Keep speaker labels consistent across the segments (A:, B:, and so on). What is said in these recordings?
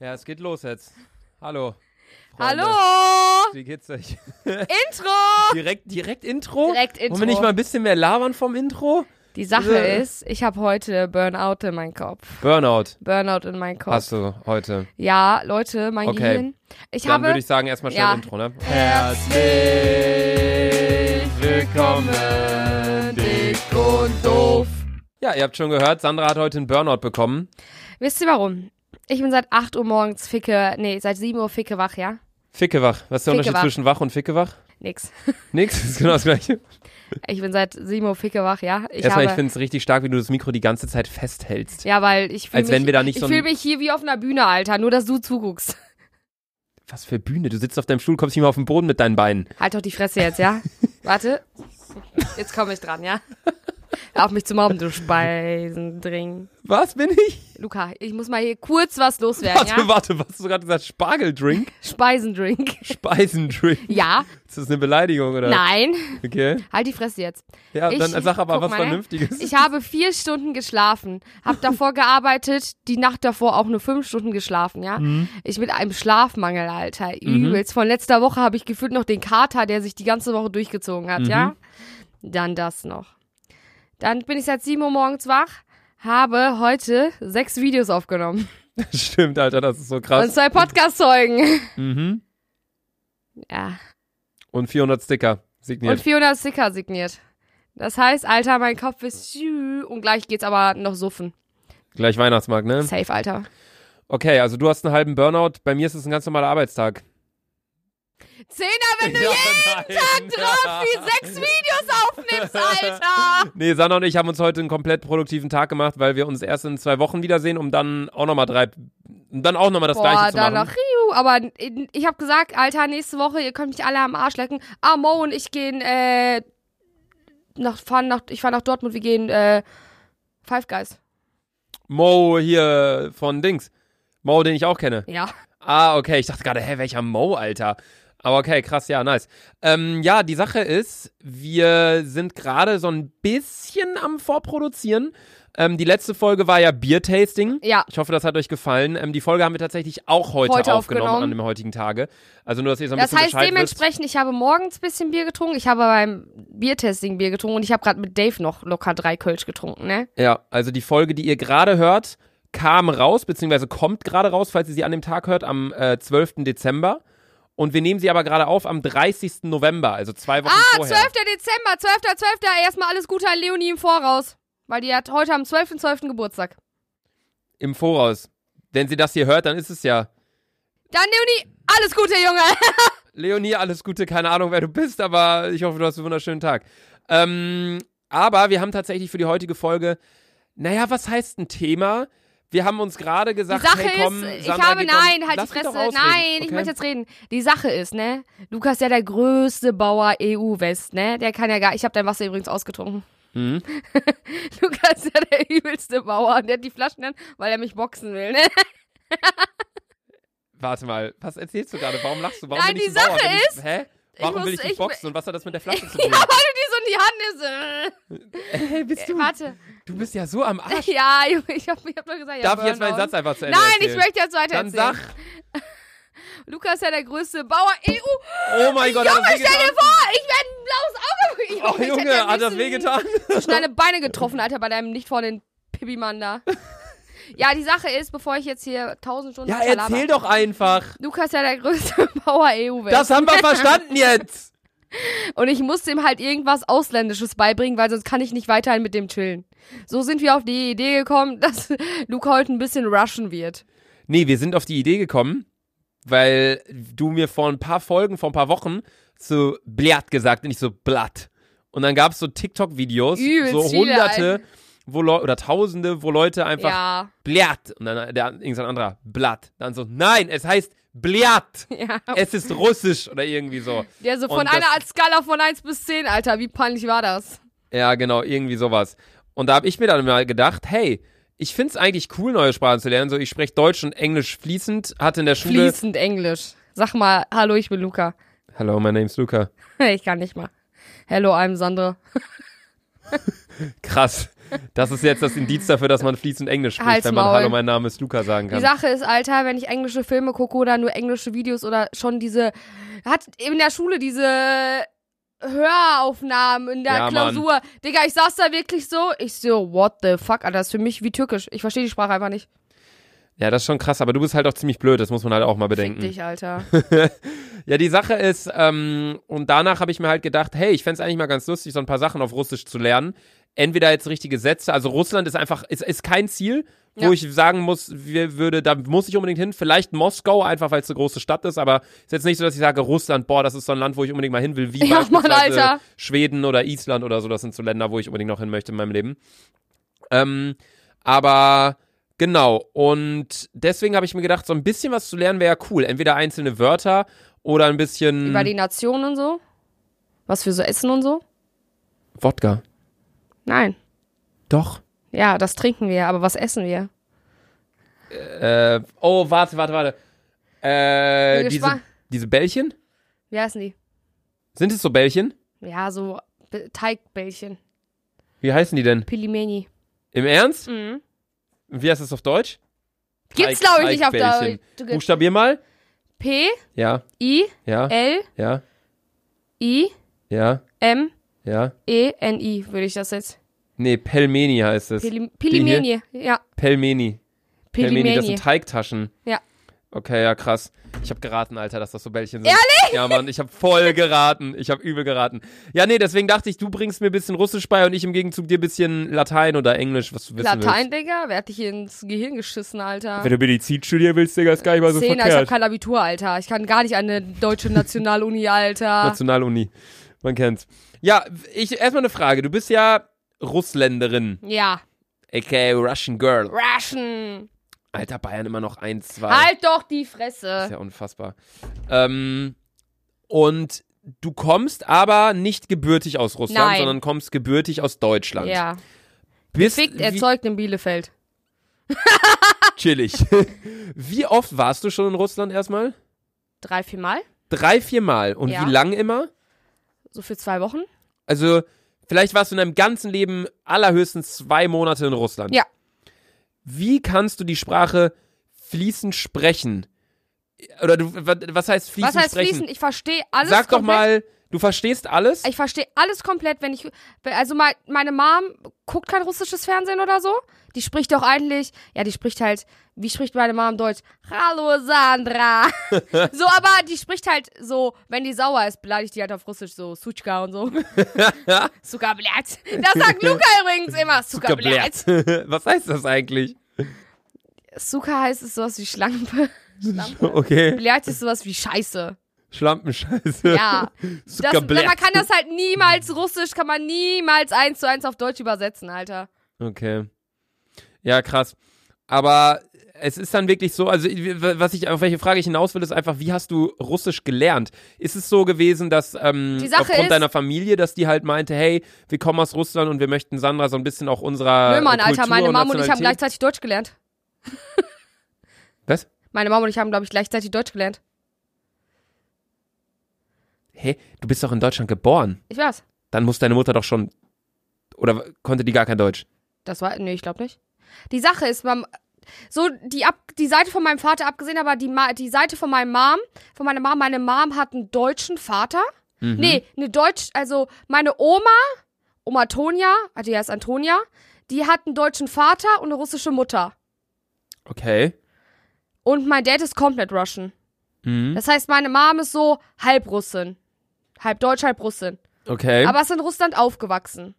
A: Ja, es geht los jetzt. Hallo. Freunde.
B: Hallo!
A: Wie geht's euch?
B: Intro!
A: Direkt, direkt Intro?
B: Direkt
A: Wollen wir
B: Intro.
A: nicht mal ein bisschen mehr labern vom Intro?
B: Die Sache
A: Äh.
B: ist, ich habe heute Burnout in meinem Kopf.
A: Burnout
B: Burnout in meinem Kopf.
A: hast du heute.
B: Ja, Leute, mein
A: Okay.
B: Gehirn. Ich
A: Dann würde
B: habe
A: ich sagen, erstmal schnell
B: Ja.
A: Intro, ne?
B: Herzlich willkommen, dick und doof.
A: Ja, ihr habt schon gehört, Sandra hat heute einen Burnout bekommen.
B: Wisst ihr warum? Ich bin seit 8 Uhr morgens ficke, nee, seit 7 Uhr ficke wach, ja?
A: Fickewach. Was ist der Unterschied
B: Fickewach.
A: zwischen wach und Fickewach?
B: Nix.
A: Nix, ist genau das gleiche.
B: Ich bin seit 7 Uhr ficke wach, ja? Ich
A: erstmal, ich
B: habe
A: finde es richtig stark, wie du das Mikro die ganze Zeit festhältst.
B: ja, weil ich fühle
A: Als
B: mich,
A: wenn wir da nicht
B: ich
A: so ein-
B: fühl mich hier wie auf einer Bühne, Alter, nur dass du zuguckst.
A: Was für Bühne, du sitzt auf deinem Stuhl, kommst nicht mal auf den Boden mit deinen Beinen.
B: Halt doch die Fresse jetzt, ja? Warte. Jetzt komme ich dran, ja? Hör auf mich zu mobben, du Speisendring.
A: Was bin ich?
B: Luca, ich muss mal hier kurz was loswerden,
A: Warte,
B: ja?
A: warte, was hast du gerade gesagt? Spargeldrink?
B: Speisendrink.
A: Speisendrink?
B: Ja?
A: Ist das eine Beleidigung oder?
B: Nein?
A: Okay.
B: Halt die Fresse jetzt.
A: Ja,
B: Ich-
A: dann sag aber
B: guck
A: was
B: mal, ne?
A: Vernünftiges.
B: Ich habe vier Stunden geschlafen, hab davor gearbeitet, die Nacht davor auch nur fünf Stunden geschlafen, ja? Ich mit einem Schlafmangel, Alter, übelst. Von letzter Woche habe ich gefühlt noch den Kater, der sich die ganze Woche durchgezogen hat, ja? Dann das noch. Dann bin ich seit 7 Uhr morgens wach, habe heute sechs Videos aufgenommen
A: Stimmt, Alter, das ist so
B: und
A: krass.
B: zwei Podcast-Zeugen.
A: Mhm.
B: Ja.
A: Und 400 Sticker
B: Und
A: signiert.
B: 400 Sticker signiert. Das heißt, Alter, mein Kopf ist schü- und gleich geht's aber noch suffen.
A: Gleich Weihnachtsmarkt, ne?
B: Safe, Alter.
A: Okay, also du hast einen halben Burnout. Bei mir ist es ein ganz normaler Arbeitstag.
B: Zehner, wenn du
A: ja,
B: jeden Tag drauf die sechs Videos aufnimmst, Alter.
A: Nee, Sandra und ich haben uns heute einen komplett produktiven Tag gemacht, weil wir uns erst in zwei Wochen wiedersehen, um dann auch nochmal drei, um dann auch nochmal das
B: Boah,
A: Gleiche zu
B: danach
A: machen.
B: Riu. Aber in- ich habe gesagt, Alter, nächste Woche, ihr könnt mich alle am Arsch lecken. Ah, Mo und ich gehen, äh, nach, fahren nach, ich fahre nach Dortmund, wir gehen, äh, Five Guys.
A: Mo hier von Dings. Mo, den ich auch kenne.
B: Ja.
A: Ah, okay. Ich dachte gerade, hä, welcher Mo, Alter. Aber okay, krass, ja, nice. Ähm, ja, die Sache ist, wir sind gerade so ein bisschen am Vorproduzieren. Ähm, die letzte Folge war ja Beer-Tasting.
B: Ja.
A: Ich hoffe, das hat euch gefallen. Ähm, die Folge haben wir tatsächlich auch heute,
B: Heute
A: aufgenommen,
B: aufgenommen.
A: an dem heutigen Tage. Also nur, dass ihr so ein
B: Das
A: bisschen
B: heißt,
A: Bescheid wisst.
B: dementsprechend, ich habe morgens bisschen Bier getrunken, ich habe beim Biertesting Bier getrunken und ich habe gerade mit Dave noch locker drei Kölsch getrunken, ne?
A: Ja, also die Folge, die ihr gerade hört, kam raus, beziehungsweise kommt gerade raus, falls ihr sie an dem Tag hört, am äh, 12. Dezember. Und wir nehmen sie aber gerade auf am 30. November, also zwei Wochen
B: Ah,
A: vorher.
B: 12. Dezember, 12.12. Erstmal alles Gute an Leonie im Voraus. Weil die hat heute am 12.12. Geburtstag.
A: im Voraus. Wenn sie das hier hört, dann ist es ja.
B: Dann Leonie, alles Gute, Junge.
A: Leonie, alles Gute, keine Ahnung, wer du bist, aber ich hoffe, du hast einen wunderschönen Tag. Ähm, aber wir haben tatsächlich für die heutige Folge, naja, was heißt ein Thema? Wir haben uns gerade gesagt,
B: die Sache
A: hey, komm,
B: ist, ich
A: Sandra,
B: habe,
A: geht doch-
B: nein, halt die
A: lass mich
B: Fresse.
A: doch ausreden,
B: Nein, ich
A: okay?
B: möchte jetzt reden. Die Sache ist, ne, Lukas ist ja der größte Bauer EU-West, ne? Der kann ja gar, ich habe dein Wasser übrigens ausgetrunken.
A: Mhm.
B: Lukas ist ja der übelste Bauer und der hat die Flaschen dann, weil er mich boxen will, ne?
A: Warte mal, was erzählst du gerade? Warum lachst du? Warum
B: Nein,
A: bin ich
B: die
A: ein Bauer?
B: Sache
A: Bin ich, hä? Warum
B: muss-
A: will ich dich
B: ich-
A: boxen und was hat das mit der Flasche zu tun?
B: Ja, weil du die so in die Hand ne? nimmst.
A: Hey, bist
B: Äh,
A: du,
B: Warte.
A: du bist ja so am Arsch.
B: Ja, Junge, ich habe ich hab doch gesagt, ja,
A: Darf ich jetzt meinen
B: Burnout.
A: Satz einfach zu Ende
B: Nein, ich
A: erzählen?
B: möchte jetzt weiter
A: Dann
B: erzählen.
A: sag,
B: Lukas ist ja der größte Bauer EU.
A: oh mein Gott, hat
B: Junge,
A: das
B: stell
A: wehgetan?
B: dir vor, ich werde ein blaues
A: Oh
B: Auge. ich hätte
A: Junge,
B: am
A: hat das
B: liebsten
A: wehgetan?
B: zwischen deine Beine getroffen, Alter, bei deinem nicht vor den Pippi-Mann da. Ja, die Sache ist, bevor ich jetzt hier tausend Stunden
A: Ja,
B: weiter laber,
A: erzähl doch einfach.
B: Lukas ist ja der größte Bauer EU welt
A: Das haben wir verstanden jetzt.
B: Und ich musste ihm halt irgendwas Ausländisches beibringen, weil sonst kann ich nicht weiterhin mit dem chillen. So sind wir auf die Idee gekommen, dass Luca heute ein bisschen rushen wird.
A: Nee, wir sind auf die Idee gekommen, weil du mir vor ein paar Folgen, vor ein paar Wochen so Blatt gesagt und ich so Blatt. Und dann gab es so TikTok-Videos,
B: Übelst
A: so
B: viele,
A: hunderte
B: Alter.
A: wo Leu oder tausende, wo Leute einfach
B: Ja,
A: Blatt. Und dann der, irgendein anderer Blatt. Dann so, nein, es heißt Blatt.
B: ja.
A: Es ist russisch oder irgendwie so.
B: Der so
A: Und
B: von
A: das-
B: einer Skala von 1 bis 10, Alter, wie peinlich war das?
A: Ja, genau, irgendwie sowas. Und da habe ich mir dann mal gedacht, hey, ich find's eigentlich cool, neue Sprachen zu lernen. So, ich sprech Deutsch und Englisch fließend, hatte in der Schule.
B: Fließend Englisch. Sag mal, hallo, ich bin Luca.
A: Hello, my name's Luca.
B: Ich kann nicht mal. Hello, I'm Sandra.
A: Krass. Das ist jetzt das Indiz dafür, dass man fließend Englisch spricht,
B: Halt's
A: wenn man
B: Maul.
A: Hallo, mein Name ist Luca sagen
B: Die
A: kann.
B: Sache ist, Alter, wenn ich englische Filme gucke oder nur englische Videos oder schon diese, hat in der Schule diese Höraufnahmen in der
A: Ja, Mann.
B: Klausur. Digga, ich saß da wirklich so, ich so, what the fuck, Alter, das ist für mich wie türkisch. Ich verstehe die Sprache einfach nicht.
A: Ja, das ist schon krass, aber du bist halt auch ziemlich blöd, das muss man halt auch mal
B: Fick
A: bedenken.
B: dich, Alter.
A: Ja, die Sache ist, ähm, und danach habe ich mir halt gedacht, hey, ich fänd's eigentlich mal ganz lustig, so ein paar Sachen auf Russisch zu lernen. Entweder jetzt richtige Sätze, also Russland ist einfach, ist, ist kein Ziel, wo
B: Ja.
A: ich sagen muss, wir würde, da muss ich unbedingt hin. Vielleicht Moskau, einfach weil es eine große Stadt ist, aber ist jetzt nicht so, dass ich sage, Russland, boah, das ist so ein Land, wo ich unbedingt mal hin will, wie
B: Ja, Mann,
A: beispielsweise
B: Alter.
A: Schweden oder Island oder so. Das sind so Länder, wo ich unbedingt noch hin möchte in meinem Leben. Ähm, aber genau, und deswegen habe ich mir gedacht, so ein bisschen was zu lernen wäre ja cool. Entweder einzelne Wörter oder ein bisschen
B: Über die Nation und so? Was wir so essen und so?
A: Wodka.
B: Nein.
A: Doch.
B: Ja, das trinken wir, aber was essen wir?
A: Äh, oh, warte, warte, warte. Äh,
B: Bin
A: diese,
B: gespannt.
A: diese Bällchen?
B: Wie heißen die?
A: Sind es so Bällchen?
B: Ja, so Be- Teigbällchen.
A: Wie heißen die denn?
B: Pilimeni.
A: Im Ernst?
B: Mhm.
A: Wie heißt das auf Deutsch?
B: Gibt's,
A: Teig-
B: glaube ich, nicht auf der.
A: Teigbällchen. Buchstabier mal.
B: P,
A: Ja,
B: I,
A: ja,
B: L,
A: ja,
B: I,
A: ja,
B: M,
A: ja.
B: E, N, I, würde ich das jetzt.
A: Nee, Pelmeni heißt es.
B: Pili Pilimeni. Ja,
A: Pelmeni. Pelmeni, das
B: Pilimeni.
A: sind Teigtaschen.
B: Ja.
A: Okay, ja, krass. Ich habe geraten, Alter, dass das so Bällchen sind. Ehrlich? Ja, Mann, ich habe voll geraten. Ich habe übel geraten. Ja, nee, deswegen dachte ich, du bringst mir ein bisschen Russisch bei und ich im Gegenzug dir ein bisschen Latein oder Englisch, was du wissen
B: Latein, Digga, wer hat dich hier ins Gehirn geschissen, Alter?
A: willst. Wenn du Medizin studieren willst, Digga, ist gar nicht mal so
B: Zehner, ich hab
A: verkehrt.
B: kein Abitur, Alter. Ich kann gar nicht an eine deutsche Nationaluni, Alter.
A: Nationaluni. Man kennt's. Ja, ich erstmal eine Frage. Du bist ja Russländerin,
B: Ja,
A: aka Russian Girl.
B: Russian.
A: Alter, Bayern immer noch 1, 2.
B: Halt doch die
A: Das ist
B: Fresse.
A: ja unfassbar. Ähm, und du kommst aber nicht gebürtig aus Russland,
B: Nein.
A: sondern kommst gebürtig aus Deutschland.
B: Ja. äh,
A: Bist
B: Fickt
A: wie-
B: erzeugt in Bielefeld.
A: chillig. wie oft warst du schon in Russland erstmal?
B: Drei, vier Mal.
A: Drei, vier Mal. Und
B: Ja.
A: wie lang immer?
B: So für zwei Wochen.
A: Also, vielleicht warst du in deinem ganzen Leben allerhöchstens zwei Monate in Russland.
B: Ja.
A: Wie kannst du die Sprache fließend sprechen? Oder du, wa- was heißt fließend
B: Was heißt
A: sprechen?
B: fließen? Ich verstehe alles
A: Sag doch
B: komplett.
A: mal, du verstehst alles?
B: Ich verstehe alles komplett, wenn ich. Also mein, meine Mom guckt kein russisches Fernsehen oder so. Die spricht doch eigentlich. Ja, die spricht halt. Wie spricht meine Mom Deutsch? Hallo Sandra. so, aber die spricht halt so, wenn die sauer ist, beleidigt die halt auf Russisch so Suchka und so. Suka blät. Das sagt Luca übrigens immer. Suka blät.
A: Was heißt das eigentlich?
B: Suka heißt es sowas wie Schlampe.
A: Okay,
B: Blät ist sowas wie Scheiße.
A: Schlampenscheiße.
B: Ja. Das, man
A: Zuckerblät.
B: kann das halt niemals russisch, kann man niemals eins zu eins auf Deutsch übersetzen, Alter.
A: Okay. Ja, krass. Aber es ist dann wirklich so, also was ich, auf welche Frage ich hinaus will, ist einfach, wie hast du Russisch gelernt? Ist es so gewesen, dass ähm,
B: Die Sache
A: aufgrund
B: ist-
A: deiner Familie, dass die halt meinte, hey, wir kommen aus Russland und wir möchten Sandra so ein bisschen auch unserer
B: Nö, Mann,
A: Äh, Kultur
B: Alter, meine Mom und ich haben
A: Nationalität-
B: gleichzeitig Deutsch gelernt.
A: Was?
B: Meine Mom und ich haben, glaube ich, gleichzeitig Deutsch gelernt.
A: Hä, du bist doch in Deutschland geboren.
B: Ich weiß.
A: Dann muss deine Mutter doch schon, oder konnte die gar kein Deutsch?
B: Das war, nee, ich glaube nicht. Die Sache ist, Mam, so die, ab, die Seite von meinem Vater abgesehen, aber die, Ma- die Seite von meinem Mom, von meiner Mom, meine Mom hat einen deutschen Vater.
A: Mhm.
B: Nee, eine deutsch, also meine Oma, Oma Tonia, also die heißt Antonia, die hat einen deutschen Vater und eine russische Mutter.
A: Okay.
B: Und mein Dad ist komplett Russian.
A: Mhm.
B: Das heißt, meine Mom ist so halb Russin. Halb Deutsch, halb Russin.
A: Okay.
B: Aber ist in Russland aufgewachsen.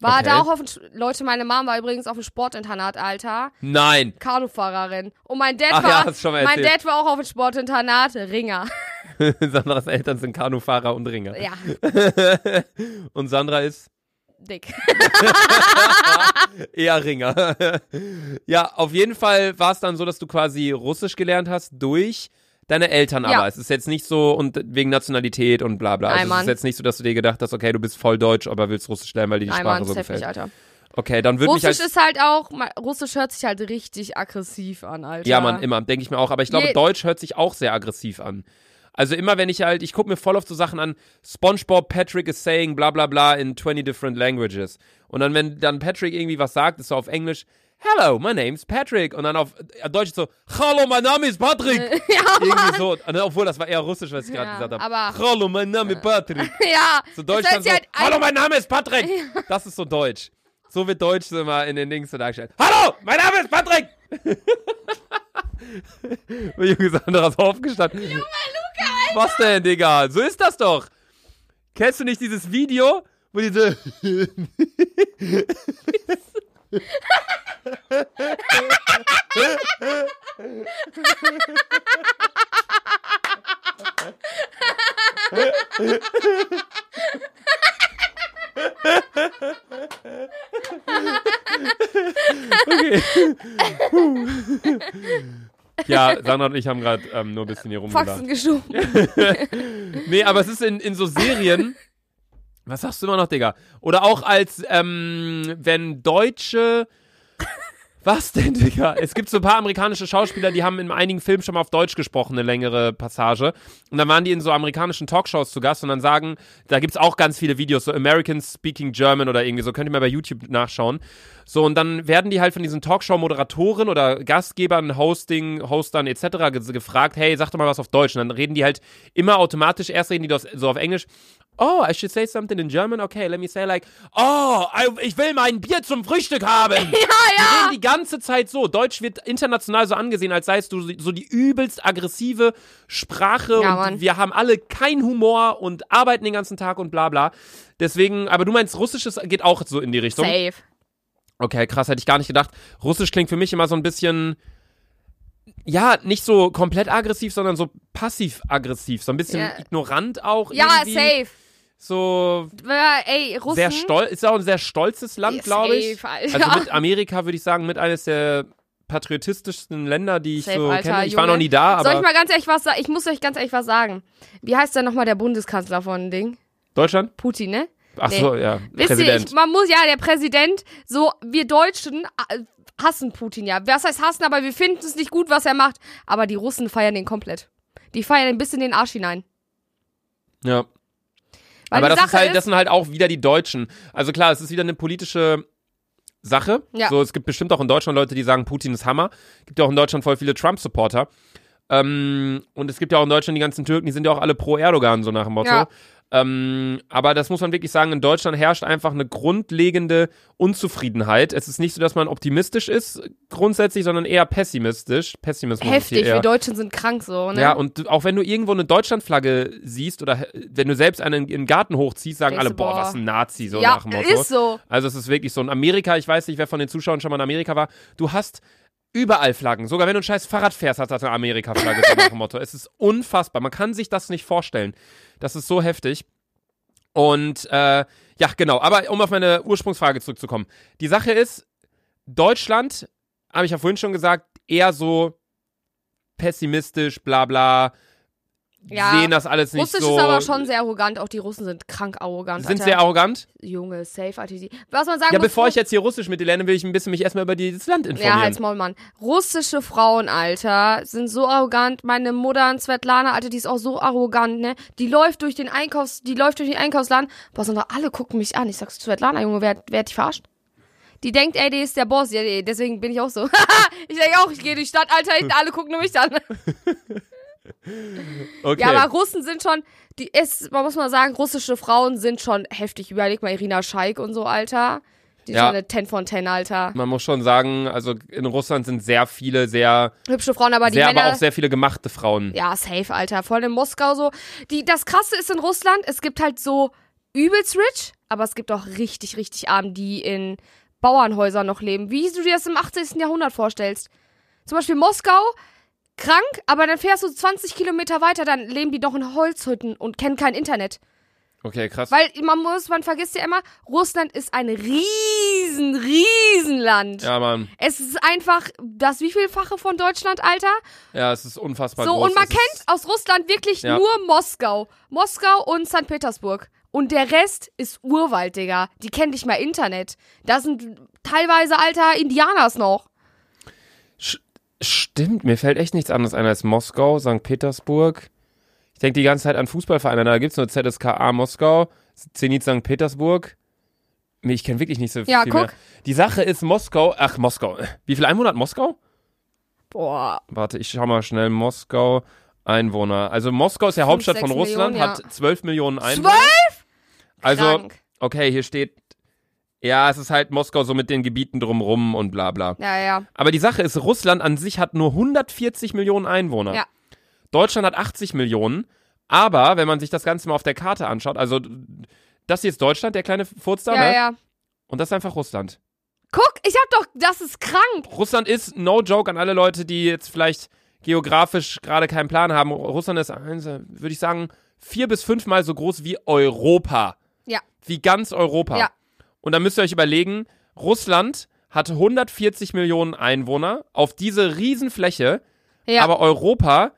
B: War
A: Okay.
B: da auch auf dem, Sch- Leute, meine Mom war übrigens auf dem Sportinternat, Alter.
A: Nein.
B: Kanufahrerin. Und mein Dad
A: Ach ja,
B: war,
A: hast schon mal
B: mein
A: erzählt.
B: Dad war auch auf dem Sportinternat, Ringer.
A: Sandras Eltern sind Kanufahrer und Ringer.
B: Ja,
A: Und Sandra ist
B: dick.
A: eher Ringer. ja, auf jeden Fall war es dann so, dass du quasi Russisch gelernt hast durch deine Eltern
B: Ja.
A: aber. Es ist jetzt nicht so und wegen Nationalität und bla bla.
B: Nein,
A: Also es ist
B: Mann.
A: jetzt nicht so, dass du dir gedacht hast, okay, du bist voll deutsch, aber willst Russisch lernen, weil dir die
B: Nein,
A: Sprache
B: Mann,
A: so
B: safe
A: gefällt.
B: nicht, Alter.
A: Okay, dann würde mich
B: Russisch
A: als
B: ist halt auch, ma- Russisch hört sich halt richtig aggressiv an, Alter.
A: Ja, Mann, immer, denke ich mir auch, aber ich glaube,
B: Je-
A: Deutsch hört sich auch sehr aggressiv an. Also immer wenn ich halt, ich gucke mir voll oft so Sachen an, SpongeBob Patrick is saying bla bla bla in 20 different languages. Und dann, wenn dann Patrick irgendwie was sagt, ist so auf Englisch, Hello, my name's Patrick. Und dann auf äh, Deutsch so, Hallo, mein Name ist Patrick. irgendwie so. Und dann, obwohl, das war eher russisch, was ich gerade
B: Ja,
A: gesagt habe.
B: aber- äh,
A: Hallo, mein Name ist Patrick.
B: ja.
A: So
B: das
A: Deutsch
B: hört
A: dann so,
B: sich halt
A: Hallo,
B: an-
A: mein Name ist Patrick. Das ist so Deutsch. So wird Deutsch so immer in den Dings so dargestellt. Hallo, mein Name ist Patrick. Der Junge ist anderes aufgestanden. Junge, Luca, Alter. Was denn, Digga? So ist das doch. Kennst du nicht dieses Video, wo diese... Okay. Puh. ja, Sandra und ich haben gerade ähm, nur ein bisschen hier rumgelacht.
B: Faxen geschoben.
A: Nee, aber es ist in, in so Serien. Was sagst du immer noch, Digga? Oder auch als, ähm, wenn Deutsche. Was denn, Digga? Es gibt so ein paar amerikanische Schauspieler, die haben in einigen Filmen schon mal auf Deutsch gesprochen, eine längere Passage. Und dann waren die in so amerikanischen Talkshows zu Gast und dann sagen, da gibt's auch ganz viele Videos, so Americans Speaking German oder irgendwie so, könnt ihr mal bei YouTube nachschauen. So, und dann werden die halt von diesen Talkshow-Moderatoren oder Gastgebern, Hosting, Hostern etc. Ge gefragt, hey, sag doch mal was auf Deutsch. Und dann reden die halt immer automatisch, erst reden die das so auf Englisch. Oh, I should say something in German. Okay, let me say like, oh, I, ich will mein Bier zum Frühstück haben. Die reden die ganze Zeit so. Deutsch wird international so angesehen, als seist du so die übelst aggressive Sprache.
B: Ja,
A: und
B: Mann.
A: wir haben alle keinen Humor und arbeiten den ganzen Tag und bla bla. Deswegen, aber du meinst, Russisches geht auch so in die Richtung.
B: Safe.
A: Okay, krass, hätte ich gar nicht gedacht. Russisch klingt für mich immer so ein bisschen, ja, nicht so komplett aggressiv, sondern so passiv-aggressiv. So ein bisschen
B: Ja.
A: ignorant auch.
B: Ja,
A: irgendwie.
B: safe.
A: So
B: Weil, Ey, Russen.
A: sehr stolz, ist ja auch ein sehr stolzes Land,
B: Ja,
A: glaube ich.
B: safe, Alter.
A: Also mit Amerika würde ich sagen, mit eines der patriotistischsten Länder, die ich
B: Safe,
A: so
B: Alter,
A: kenne. Ich war
B: Junge.
A: noch nie da,
B: Soll ich
A: aber
B: mal ganz ehrlich was sagen? Ich muss euch ganz ehrlich was sagen. Wie heißt denn nochmal der Bundeskanzler von Ding?
A: Deutschland?
B: Putin, ne?
A: Ach so, ja.
B: Wisst ihr,
A: Präsident.
B: ich, man muss, ja, der Präsident, so, wir Deutschen äh, hassen Putin ja. Was heißt hassen, aber wir finden es nicht gut, was er macht. Aber die Russen feiern den komplett. Die feiern ihn bis in den Arsch hinein.
A: ja.
B: Weil
A: aber
B: die
A: das
B: Sache
A: ist halt, das sind halt auch wieder die Deutschen. Also klar, es ist wieder eine politische Sache.
B: Ja.
A: So, es gibt bestimmt auch in Deutschland Leute, die sagen, Putin ist Hammer. Gibt ja auch in Deutschland voll viele Trump-Supporter. Ähm, und es gibt ja auch in Deutschland die ganzen Türken, die sind ja auch alle pro Erdogan, so nach dem Motto.
B: Ja.
A: Ähm, aber das muss man wirklich sagen, in Deutschland herrscht einfach eine grundlegende Unzufriedenheit. Es ist nicht so, dass man optimistisch ist grundsätzlich, sondern eher pessimistisch. Pessimismus ist
B: heftig.
A: hier eher.
B: Wir Deutschen sind krank so, ne?
A: Ja, und du- auch wenn du irgendwo eine Deutschlandflagge siehst oder he- wenn du selbst einen in den Garten hochziehst, sagen
B: Denkst
A: alle,
B: du,
A: boah,
B: boah.
A: was ein Nazi, so
B: ja
A: nach dem Motto.
B: ist so.
A: Also es ist wirklich so. In Amerika, ich weiß nicht, wer von den Zuschauern schon mal in Amerika war, du hast überall Flaggen. Sogar wenn du ein scheiß Fahrrad fährst, hast du eine Amerika-Flagge, so nach dem Motto. Es ist unfassbar. Man kann sich das nicht vorstellen. Das ist so heftig. Und äh, ja, genau. Aber um auf meine Ursprungsfrage zurückzukommen. Die Sache ist, Deutschland, habe ich ja vorhin schon gesagt, eher so pessimistisch, bla bla.
B: Ja.
A: Sehen das alles nicht
B: Russisch
A: so.
B: ist aber schon sehr arrogant. Auch die Russen sind krank arrogant.
A: sind
B: Alter.
A: sehr arrogant.
B: Junge, safe, Alter. die- Was man sagen
A: Ja,
B: muss,
A: bevor ich jetzt hier Russisch mit dir lerne, will ich ein bisschen mich erstmal über dieses Land informieren.
B: Ja, halt's Maul, Mann. Russische Frauen, Alter, sind so arrogant. Meine Mutter, Svetlana, Alter, die ist auch so arrogant, ne? Die läuft durch den Einkaufs, die läuft durch den Einkaufsladen. Boah, sondern alle gucken mich an. Ich sag, Svetlana, Junge, wer, wer hat dich verarscht? Die denkt, ey, die ist der Boss. Ja, die- deswegen bin ich auch so. ich denke auch, ich gehe durch die Stadt, Alter, hinten alle gucken nur mich an.
A: Okay.
B: Ja, aber Russen sind schon, die ist, man muss mal sagen, russische Frauen sind schon heftig. Überleg mal Irina Scheik und so, Alter. Die ist
A: Ja.
B: schon eine 10 von 10, Alter.
A: man muss schon sagen, also in Russland sind sehr viele, sehr,
B: Hübsche Frauen, aber die
A: sehr
B: Männer.
A: aber auch sehr viele gemachte Frauen.
B: Ja, safe, Alter. Vor allem in Moskau so. Die, das Krasse ist in Russland, es gibt halt so übelst rich, aber es gibt auch richtig, richtig arm, die in Bauernhäusern noch leben. Wie du dir das im 18. Jahrhundert vorstellst. Zum Beispiel Moskau, krank, aber dann fährst du 20 Kilometer weiter, dann leben die doch in Holzhütten und kennen kein Internet.
A: Okay, krass.
B: Weil man muss, man vergisst ja immer, Russland ist ein riesen, riesen Land.
A: ja, Mann.
B: Es ist einfach das wievielfache von Deutschland, Alter?
A: Ja, es ist unfassbar
B: So,
A: groß.
B: und man
A: Es
B: kennt
A: Ist,
B: aus Russland wirklich
A: Ja.
B: nur Moskau. Moskau und St. Petersburg. Und der Rest ist Urwald, Digga. Die kennen nicht mal Internet. Da sind teilweise, Alter, Indianers noch.
A: Sch- stimmt, mir fällt echt nichts anderes ein als Moskau, St. Petersburg. Ich denke die ganze Zeit an Fußballvereine. Da gibt es nur ZSKA Moskau, Zenit St. Petersburg. Nee, Ich kenne wirklich nicht so
B: Ja,
A: viel
B: guck.
A: mehr. Die Sache ist Moskau. Ach, Moskau. Wie viel Einwohner hat Moskau?
B: Boah.
A: Warte, ich schau mal schnell. Moskau, Einwohner. Also Moskau ist ja Hauptstadt von
B: sechs
A: Russland,
B: Millionen,
A: hat 12 Millionen Einwohner.
B: Zwölf?
A: Also,
B: Krank.
A: okay, hier steht, ja, es ist halt Moskau so mit den Gebieten drumrum und bla bla.
B: Ja, ja.
A: Aber die Sache ist, Russland an sich hat nur 140 Millionen Einwohner.
B: Ja.
A: Deutschland hat 80 Millionen. Aber wenn man sich das Ganze mal auf der Karte anschaut, also das hier ist Deutschland, der kleine Furz da,
B: Ja,
A: ne?
B: ja.
A: und das ist einfach Russland.
B: Guck, ich hab doch, das ist krank.
A: Russland ist, no joke an alle Leute, die jetzt vielleicht geografisch gerade keinen Plan haben, Russland ist, eins, äh, würde ich sagen, vier bis fünfmal so groß wie Europa.
B: Ja.
A: Wie ganz Europa.
B: Ja.
A: Und dann müsst ihr euch überlegen, Russland hat 140 Millionen Einwohner auf diese Riesenfläche,
B: Ja,
A: aber Europa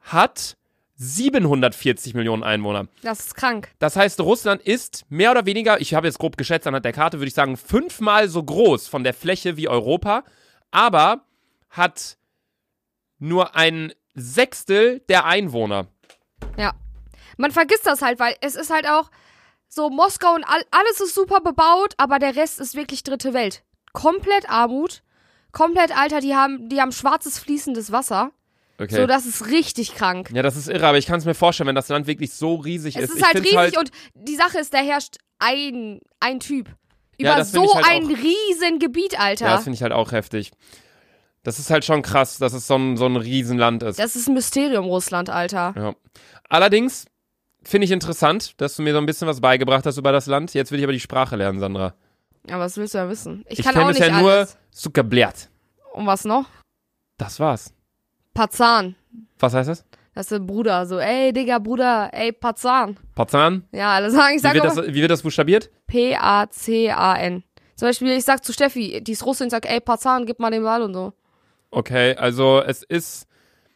A: hat 740 Millionen Einwohner.
B: das ist krank.
A: Das heißt, Russland ist mehr oder weniger, ich habe jetzt grob geschätzt anhand der Karte, würde ich sagen, fünfmal so groß von der Fläche wie Europa, aber hat nur ein Sechstel der Einwohner.
B: Man vergisst das halt, weil es ist halt auch so Moskau und all, alles ist super bebaut, aber der Rest ist wirklich dritte Welt. Komplett Armut, komplett Alter, die haben, die haben schwarzes fließendes Wasser.
A: Okay.
B: So, das ist richtig krank.
A: ja, das ist irre, aber ich kann es mir vorstellen, wenn das Land wirklich so riesig
B: Es
A: ist.
B: ist
A: ich
B: halt
A: find's
B: riesig und die Sache ist, da herrscht ein, ein Typ.
A: Ja,
B: Über
A: das find
B: so
A: ich halt
B: ein riesen Gebiet, Alter.
A: ja, das
B: das,
A: finde ich halt auch heftig. Das ist halt schon krass, dass es so ein, so ein Riesenland ist.
B: ist ein Mysterium, Russland, Alter.
A: Ja. Allerdings finde ich interessant, dass du mir so ein bisschen was beigebracht hast über das Land. Jetzt will ich aber die Sprache lernen, Sandra.
B: Aber was willst du ja wissen? Ich,
A: Ich
B: kann auch
A: kenne
B: nicht
A: bisher nur
B: alles.
A: Zuckerblärt.
B: Und was noch?
A: Das war's.
B: Pazan.
A: Was heißt das?
B: Das ist der Bruder. So, ey, Digga, Bruder, ey, Pazan.
A: Pazan?
B: Ja, alle sagen, ich
A: Wie
B: sag
A: wird, das,
B: immer
A: wie wird das buchstabiert?
B: P-A-C-A-N. Zum Beispiel, ich sag zu Steffi, die ist Russin, sag, ey, Pazan, gib mal den Ball und so.
A: Okay, also es ist.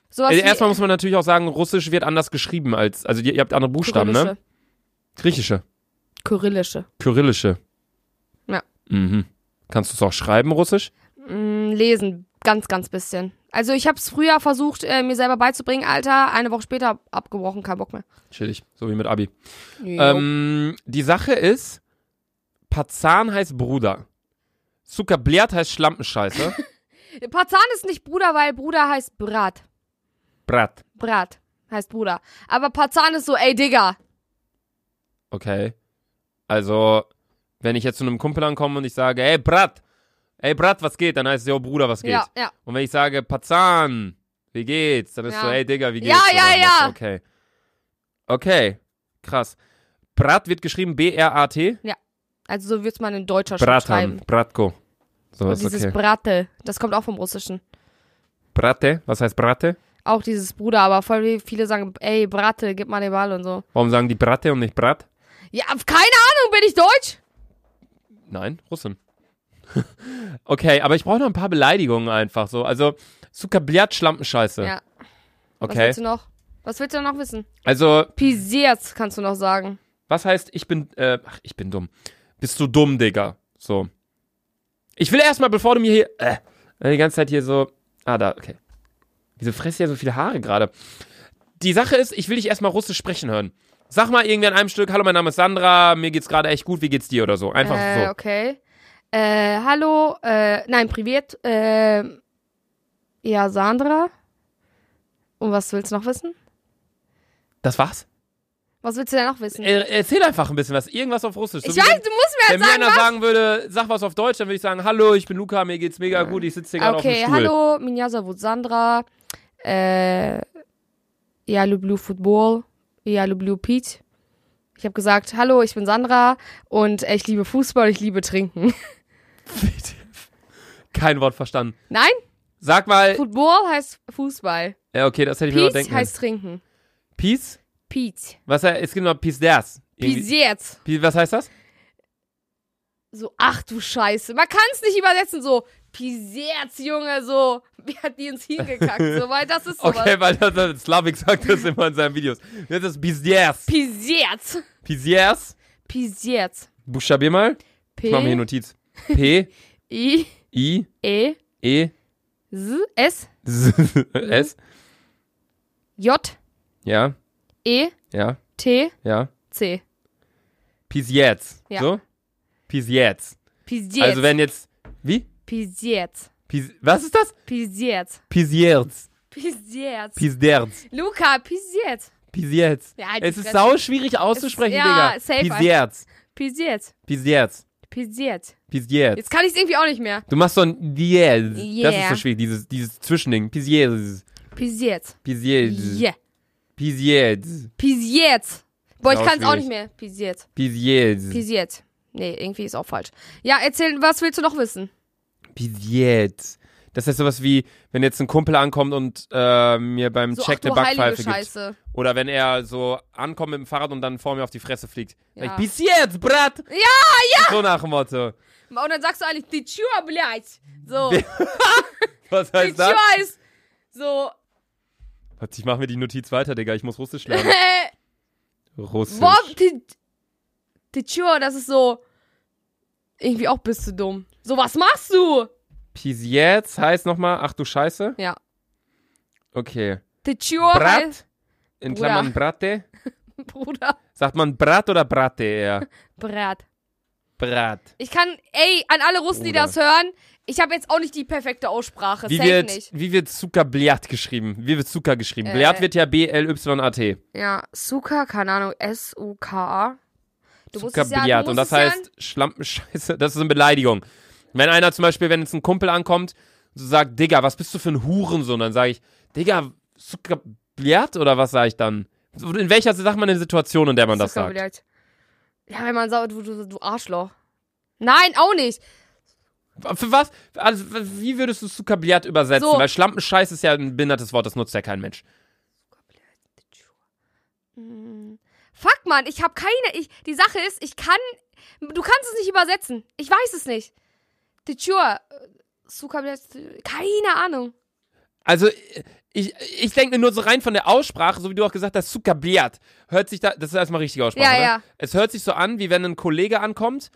B: Sowas
A: Äh,
B: wie-
A: erstmal muss man natürlich auch sagen, Russisch wird anders geschrieben als. Also ihr, ihr habt andere Buchstaben, ne? Griechische.
B: Kyrillische.
A: Kyrillische.
B: Ja.
A: Mhm. Kannst du es auch schreiben, Russisch?
B: Mm, lesen, ganz, ganz bisschen. Also ich hab's früher versucht, äh, mir selber beizubringen, Alter, eine Woche später abgebrochen, kein Bock mehr.
A: Chillig, so wie mit Abi. Ähm, die Sache ist, Pazan heißt Bruder. Zuckerblärt heißt Schlampenscheiße.
B: Jo. Pazan ist nicht Bruder, weil Bruder heißt Brat.
A: Brat.
B: Brat heißt Bruder. Aber Pazan ist so, ey, Digga.
A: Okay. Also, wenn ich jetzt zu einem Kumpel ankomme und ich sage, ey Brat, ey Brat, was geht? Dann heißt es, yo Bruder, was geht?
B: Ja, ja.
A: Und wenn ich sage, Pazan, wie geht's? Dann ist
B: Ja.
A: so, hey Digga, wie geht's?
B: Ja, ja,
A: Oder
B: ja.
A: was? Okay. Okay, krass. Brat wird geschrieben B-R-A-T.
B: Also so wird's man in deutscher Schrift
A: Bratan,
B: schreiben.
A: Bratko. So
B: Und
A: was,
B: dieses
A: Oh, okay.
B: Brate, das kommt auch vom Russischen.
A: Brate, was heißt Brate?
B: Auch dieses Bruder, aber voll wie viele sagen, ey, Brate, gib mal den Ball und so.
A: Warum sagen die Brate und nicht Brat?
B: Ja, keine Ahnung, bin ich deutsch?
A: Nein, Russen. okay, aber ich brauche noch ein paar Beleidigungen einfach so. Also, Zuckerblärt, Schlampenscheiße.
B: Ja. Was
A: Okay.
B: willst du noch? Was willst du noch wissen?
A: Also,
B: Pisiert kannst du noch sagen.
A: Was heißt, ich bin, äh, ach, ich bin dumm. Bist du dumm, Digga? So. Ich will erstmal, bevor du mir hier, äh, die ganze Zeit hier so, ah, da, okay. Wieso frisst ihr so viele Haare gerade? Die Sache ist, ich will dich erstmal russisch sprechen hören. Sag mal irgendwie an einem Stück, hallo, mein Name ist Sandra, mir geht's gerade echt gut, wie geht's dir oder so. Einfach
B: Äh, okay. Äh, hallo, äh, nein, privat. Äh, ja, Sandra. Und was willst du noch wissen?
A: so. Das war's?
B: Was willst du denn noch wissen?
A: Er, erzähl einfach ein bisschen was, irgendwas auf Russisch. Äh, So
B: ich
A: wie
B: weiß,
A: wenn-
B: du musst mir
A: wenn
B: halt jetzt
A: mir
B: sagen,
A: einer
B: was.
A: sagen würde, sag was auf Deutsch, dann würde ich sagen, hallo, ich bin Luca, mir geht's mega gut, ich sitze hier gerade
B: Äh, okay,
A: auf dem Stuhl.
B: hallo, меня зовут Sandra. Äh, я люблю Football. Я люблю пить. Ich habe gesagt, hallo, ich bin Sandra und äh, ich liebe Fußball, ich liebe Trinken.
A: Kein Wort verstanden.
B: Nein,
A: Sag mal,
B: Football heißt Fußball.
A: ja, okay, das hätte ich mir noch
B: Peace
A: denken
B: heißt Trinken.
A: Peace?
B: Peace.
A: Was he- es gibt noch Pizders.
B: Peace jetzt.
A: Pi- Was heißt das?
B: So, ach du Scheiße. Man kann es nicht übersetzen, so, Peace jetzt, Junge, so, wie hat die ins Hingekackt, so, weil das ist sowas.
A: Okay, weil das, das Slavik sagt das immer in seinen Videos. Das ist Pizders.
B: Peace jetzt.
A: Pizders.
B: Peace jetzt.
A: Buchstabier mal. Ich mach mir hier
B: P,
A: Notiz. P
B: I,
A: I
B: E,
A: E
B: S, S,
A: S.
B: J,
A: Ja.
B: E,
A: Ja,
B: T,
A: ja.
B: C.
A: Bis jetzt.
B: Ja.
A: So? Bis jetzt.
B: Bis jetzt.
A: Also wenn jetzt. Wie?
B: Bis jetzt.
A: Bis, was ist das?
B: Bis jetzt.
A: Bis jetzt.
B: Bis jetzt.
A: Bis derz.
B: Luca, bis jetzt.
A: Bis jetzt.
B: Ja, die
A: es ist
B: Fresse.
A: sau schwierig auszusprechen,
B: Es- ja, safe
A: Digga.
B: einfach.
A: Bis jetzt.
B: Bis jetzt.
A: Bis jetzt.
B: Bis jetzt.
A: Bis jetzt.
B: Jetzt kann ich es irgendwie auch nicht mehr.
A: Du machst so ein Diez. Das ist
B: Yeah.
A: so schwierig, dieses, dieses Zwischending. Bis jetzt.
B: Bis jetzt.
A: Bis jetzt.
B: Yeah.
A: Bis jetzt.
B: Bis jetzt. Boah, ich
A: Sau
B: kann es auch
A: schwierig.
B: nicht mehr. Bis jetzt.
A: Bis jetzt.
B: Bis jetzt. Nee, irgendwie ist auch falsch. Ja, erzähl, was willst du noch wissen?
A: Bis jetzt. Das ist sowas wie, wenn jetzt ein Kumpel ankommt und äh, mir beim
B: So,
A: Check
B: ach
A: eine
B: du
A: Backpfeife
B: heilige
A: gibt.
B: Scheiße.
A: Oder wenn er so ankommt mit dem Fahrrad und dann vor mir auf die Fresse fliegt. Sag
B: Ja.
A: ich, bis jetzt, Brat! Ja, ja! So nach dem Motto.
B: Und dann sagst du eigentlich, die Tür, blять. So, die
A: Was heißt das?
B: Tür ist so,
A: Warte, ich mache mir die Notiz weiter, Digga. Ich muss Russisch lernen.
B: äh,
A: Russisch.
B: boah, die, die Tür, das ist so, irgendwie auch bist du dumm. So, was machst du?
A: Bis jetzt heißt nochmal, ach du Scheiße.
B: Ja.
A: Okay.
B: Die Tür heißt-
A: Brat? In
B: Bruder.
A: Klammern Brate?
B: Bruder,
A: Sagt man Brat oder Brate eher?
B: Brat.
A: Brat.
B: Ich kann, ey, an alle Russen, die
A: Bruder.
B: das hören, ich habe jetzt auch nicht die perfekte Aussprache.
A: Wie
B: Safe
A: wird,
B: nicht.
A: wie wird Zucker Bliat geschrieben? Wie wird Zucker geschrieben?
B: Äh.
A: Bliat wird ja B-L-Y-A-T.
B: Ja, Suka, keine Ahnung, S-U-K-A. Du musst es ja-
A: Zuckerbilliard.
B: du musst
A: Und das
B: es ja-
A: heißt Schlampenscheiße. Das ist eine Beleidigung. Wenn einer zum Beispiel, wenn jetzt ein Kumpel ankommt und so sagt, Digga, was bist du für ein Hurensohn? Dann sage ich, Digga, Zuckerbilliard oder was sage ich dann? So, In welcher, sagt man, in Situation, in der man das sagt?
B: Zuckerbilliard. Ja, wenn man sagt, du, du, du Arschloch. Nein, auch nicht.
A: Für was? Also, wie würdest du Zuckerbilliard übersetzen?
B: So.
A: Weil Schlampenscheiß ist ja ein behindertes Wort, das nutzt ja kein Mensch.
B: Hm. Fuck, Mann, ich habe keine. Ich, die Sache ist, ich kann. Du kannst es nicht übersetzen. Ich weiß es nicht. Die Tür. Zuckerbilliard. Keine Ahnung.
A: Also, ich, ich denke nur so rein von der Aussprache, so wie du auch gesagt hast, Zuckerbliat. Hört sich da, das ist erstmal richtige Aussprache.
B: Ja,
A: ne?
B: ja.
A: Es hört sich so an, wie wenn ein Kollege ankommt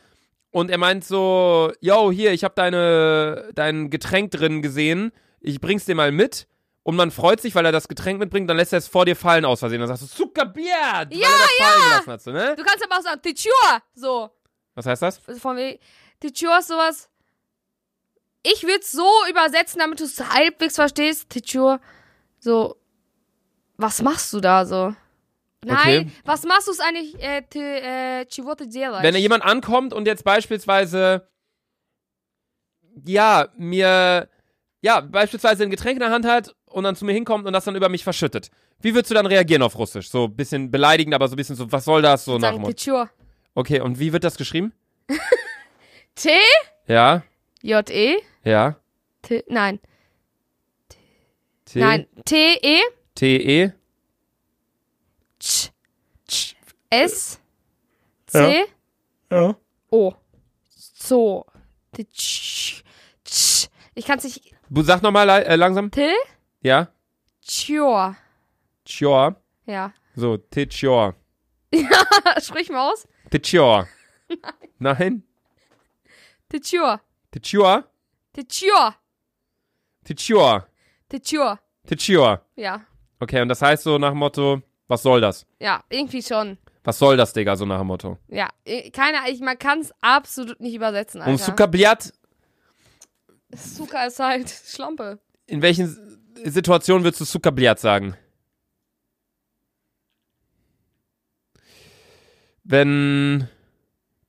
A: und er meint so, yo, hier, ich habe deine, dein Getränk drin gesehen, ich bring's dir mal mit. Und man freut sich, weil er das Getränk mitbringt, dann lässt er es vor dir fallen aus Versehen. Dann sagst du, Zuckerbliat! weil er
B: Ja,
A: das fallen gelassen hat, so, ne?
B: Du kannst aber auch sagen, die Tür. So.
A: Was heißt das?
B: Also von wegen, die Tür ist sowas. Ich würde so übersetzen, damit du es halbwegs verstehst. Die Tür, so, was machst du da so? Nein, was machst du es eigentlich, äh, ty, äh, чего ты делаешь?
A: Wenn jemand ankommt und jetzt beispielsweise, ja, mir, ja, beispielsweise ein Getränk in der Hand hat und dann zu mir hinkommt und das dann über mich verschüttet. Wie würdest du dann reagieren auf Russisch? So ein bisschen beleidigend, aber so ein bisschen so, was soll das? So nach dem
B: Sagen, die
A: Motto.
B: Tür.
A: Okay, und wie wird das geschrieben?
B: T,
A: Ja,
B: J, E,
A: ja.
B: T, nein,
A: T,
B: nein, T, E,
A: T, E.
B: Tsch, Tsch, S, C,
A: Ja. Ja.
B: O. So. Die Tsch, Tsch. Ich kann es nicht,
A: Sag nochmal äh, langsam.
B: T,
A: Ja.
B: Tür.
A: Tjor.
B: Ja.
A: So, Tjor.
B: Sprich mal aus.
A: Tjor. Nein.
B: Die Tür.
A: Tjor.
B: Die Tür.
A: Tjor.
B: Die Tür.
A: Tjor.
B: Ja.
A: Okay, und das heißt so nach dem Motto, was soll das?
B: Ja, irgendwie schon.
A: Was soll das, Digga, so nach dem Motto?
B: Ja. eh, Keine ich man kann es absolut nicht übersetzen,
A: Und
B: Alter.
A: Zuckerbliat,
B: Zucker ist halt Schlampe.
A: in welchen S- Situationen würdest du Zuckerbliat sagen? Wenn.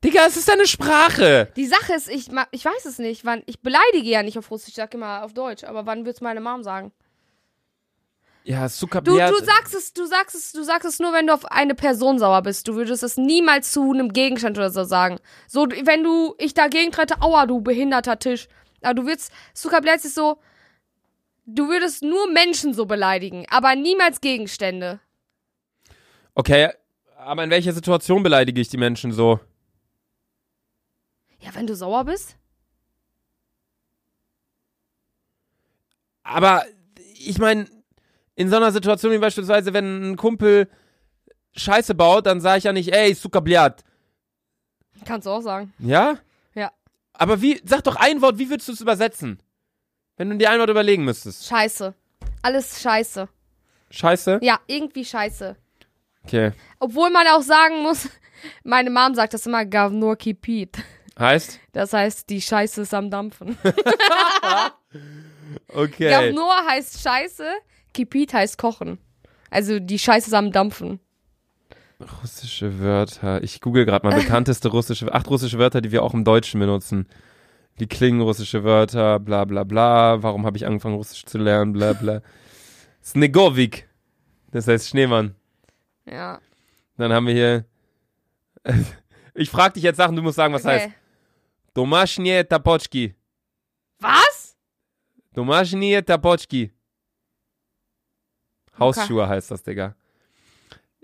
A: Digga, es ist deine Sprache!
B: Die Sache ist, ich, ma- ich weiß es nicht, wann. Ich beleidige ja nicht auf Russisch, ich sag immer auf Deutsch, aber wann wird's meine Mom sagen?
A: Ja,
B: Du,
A: Zuckerbliat.
B: du sagst es, du sagst es, du sagst es nur, wenn du auf eine Person sauer bist. Du würdest es niemals zu einem Gegenstand oder so sagen. So, wenn du ich dagegen trete, aua, du behinderter Tisch. Aber du würdest, Zuckerblätz ist so, du würdest nur Menschen so beleidigen, aber niemals Gegenstände.
A: Okay, aber in welcher Situation beleidige ich die Menschen so?
B: Ja, wenn du sauer bist?
A: Aber ich meine, in so einer Situation wie beispielsweise, wenn ein Kumpel Scheiße baut, dann sage ich ja nicht, ey, Zuckerbliat.
B: Kannst du auch sagen.
A: Ja?
B: Ja.
A: Aber wie, sag doch ein Wort, wie würdest du es übersetzen? Wenn du dir ein Wort überlegen müsstest.
B: Scheiße. Alles scheiße.
A: Scheiße?
B: Ja, irgendwie scheiße.
A: Okay.
B: Obwohl man auch sagen muss, meine Mom sagt das immer, Gavnor keep it.
A: Heißt?
B: Das heißt, die Scheiße ist am Dampfen.
A: Okay.
B: Gavnor heißt Scheiße, keep it heißt Kochen. Also die Scheiße ist am Dampfen.
A: Russische Wörter. Ich google gerade mal bekannteste russische, acht russische Wörter, die wir auch im Deutschen benutzen. Die klingen russische Wörter, bla bla bla. Warum habe ich angefangen, Russisch zu lernen, bla bla. Snegovik. Das heißt Schneemann.
B: Ja.
A: Dann haben wir hier. Ich frage dich jetzt Sachen, du musst sagen, was heißt.
B: Okay.
A: Домашние Tapochki.
B: Was?
A: Домашние Tapochki. Hausschuhe heißt das, Digga.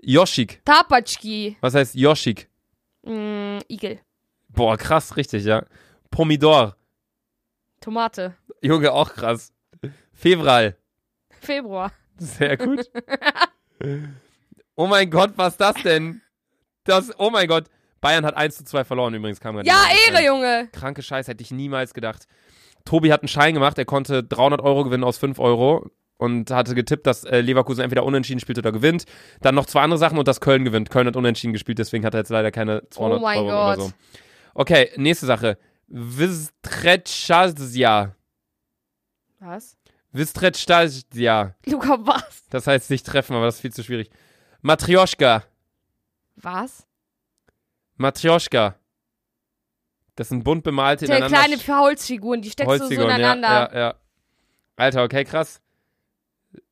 A: Yoshik.
B: Tapatschki.
A: Was heißt Yoshik?
B: Mm, Igel.
A: Boah, krass, richtig, ja. Pomidor.
B: Tomate.
A: Junge, auch krass. Febral.
B: Februar.
A: Sehr gut. oh mein Gott, was das denn? Das, oh mein Gott. Bayern hat 1 zu 2 verloren übrigens. Kam gerade
B: Ja,
A: jemand rein.
B: Ehre, Junge.
A: Kranke Scheiß, hätte ich niemals gedacht. Tobi hat einen Schein gemacht, er konnte 300 Euro gewinnen aus 5 Euro und hatte getippt, dass äh, Leverkusen entweder unentschieden spielt oder gewinnt. Dann noch zwei andere Sachen und dass Köln gewinnt. Köln hat unentschieden gespielt, deswegen hat er jetzt leider keine 200
B: Oh mein
A: Euro
B: Gott.
A: oder so. Okay, nächste Sache. Wistrechazia.
B: Was?
A: Wistrechazia.
B: Luca, was?
A: Das heißt sich treffen, aber das ist viel zu schwierig. Matrioschka.
B: Was?
A: Matrioschka. Das sind bunt bemalte
B: Der
A: ineinander
B: kleine Holzfiguren, die steckst du so
A: Holzfiguren, ja,
B: ineinander.
A: ja, ja. Alter, okay, krass.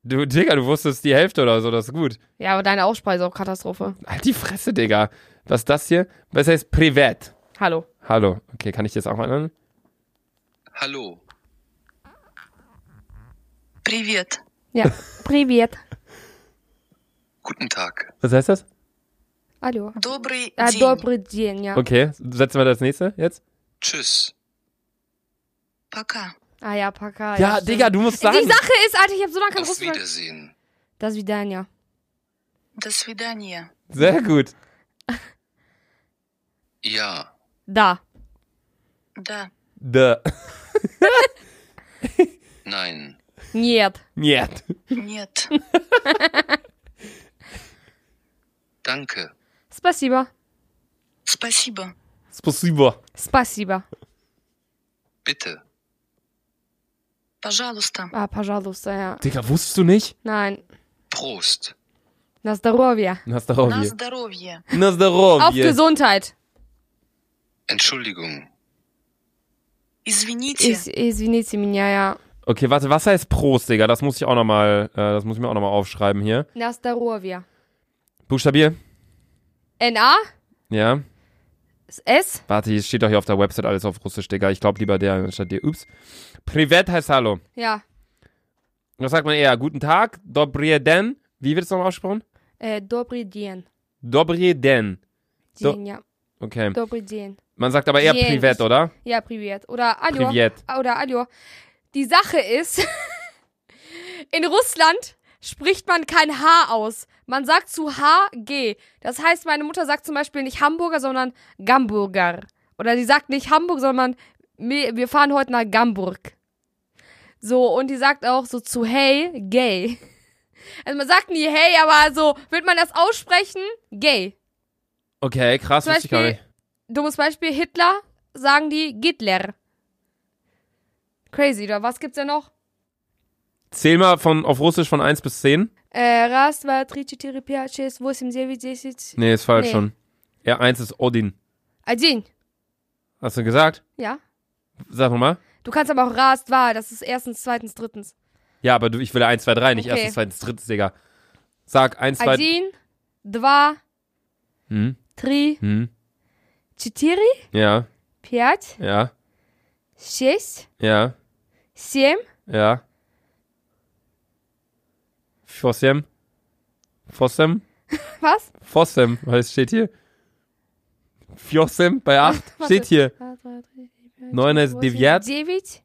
A: Du, Digga, du wusstest die Hälfte oder so, das ist gut.
B: Ja, aber deine Aussprache ist auch Katastrophe.
A: Halt die Fresse, Digga. Was ist das hier? Was heißt Privat?
B: Hallo.
A: Hallo. Okay, kann ich das auch mal ändern?
C: Hallo. Привет.
B: Ja. Privet.
C: Guten Tag.
A: Was heißt das?
B: Hallo.
C: Добрый
B: Ah,
C: день.
B: Dobry dzień, ja.
A: Okay, setzen wir das nächste jetzt?
C: Tschüss. Пока.
B: Ah ja, Paka.
A: Ja,
B: stimmt.
A: Digga, du musst sagen.
B: Die Sache ist, Alter, ich hab so lange kein
C: Auf
B: Russisch mehr.
C: Wiedersehen.
B: Das wie dein, ja.
C: До свидания.
A: Sehr gut.
C: Ja.
B: Da.
C: Да.
A: The.
C: Nein.
B: Нет.
A: Нет.
C: Нет. Danke.
B: Спасибо.
C: Спасибо.
A: Спасибо.
B: Спасибо.
C: Bitte. Пожалуйста.
B: Ah, пожалуйста, ja.
A: Digga, wusstest du nicht?
B: Nein.
C: Prost.
B: На здоровье.
A: Na здоровье.
C: здоровье.
A: На
B: Auf
A: здоровье.
B: Gesundheit.
C: Entschuldigung. Извините.
B: Is, извините меня, ja.
A: Okay, warte, was heißt Prost, Digga? Das muss ich auch nochmal, äh, das muss ich mir auch nochmal aufschreiben hier.
B: На здоровье. А?
A: Buchstabier.
B: N-A?
A: Ja.
B: S?
A: Warte, hier steht doch hier auf der Website alles auf Russisch, Digga. Ich glaube lieber der statt dir. Ups. Privet heißt Hallo.
B: Ja.
A: Was sagt man eher? Guten Tag, Dobrie den. Wie wird es nochmal ausgesprochen?
B: Äh, Добрый день.
A: Dobrie den. Do-
B: День, ja.
A: Okay.
B: Добрый день.
A: Man sagt aber eher
B: Dien.
A: Privet, oder?
B: Ja, privat. Oder Aljo.
A: Privet.
B: Oder Aljo. Die Sache ist, in Russland spricht man kein H aus. Man sagt zu H G. Das heißt, meine Mutter sagt zum Beispiel nicht Hamburger, sondern Gamburger. Oder sie sagt nicht Hamburg, sondern "Mi- wir fahren heute nach Gamburg. So, und die sagt auch so zu hey, gay. Also man sagt nie hey, aber so, wird man das aussprechen? Gay.
A: Okay, krass,
B: Zum
A: wusste ich gar
B: Beispiel-
A: nicht.
B: Dummes Beispiel, Hitler sagen die Hitler. Crazy, oder was gibt's denn noch?
A: Zähl mal von, auf Russisch von 1 bis 10.
B: Äh, раз, два, три, четыре, пять, шесть, восемь, девять, десять.
A: Nee, ist falsch
B: Nee.
A: schon. Ja, 1 ist Odin.
B: Один.
A: Hast du gesagt?
B: Ja.
A: Sag nochmal.
B: Du kannst aber auch раз, два, das ist erstens, zweitens, drittens.
A: Ja, aber du, ich will 1, 2, 3, nicht
B: Okay.
A: erstes, zweites, drittes, Digga. Sag 1, 2.
B: Один, два,
A: Hm,
B: три,
A: hm.
B: четыре,
A: Ja,
B: пять,
A: ja,
B: шесть,
A: ja,
B: семь,
A: ja. Fossem. Fossem?
B: was?
A: Fossem, was steht hier? Fjossem bei 8
B: Was
A: steht
B: ist-
A: hier.
B: Раз, два, три, четыре, пять,
A: Neun
B: шесть,
A: heißt
B: восемь,
A: Deviat.
B: Девять.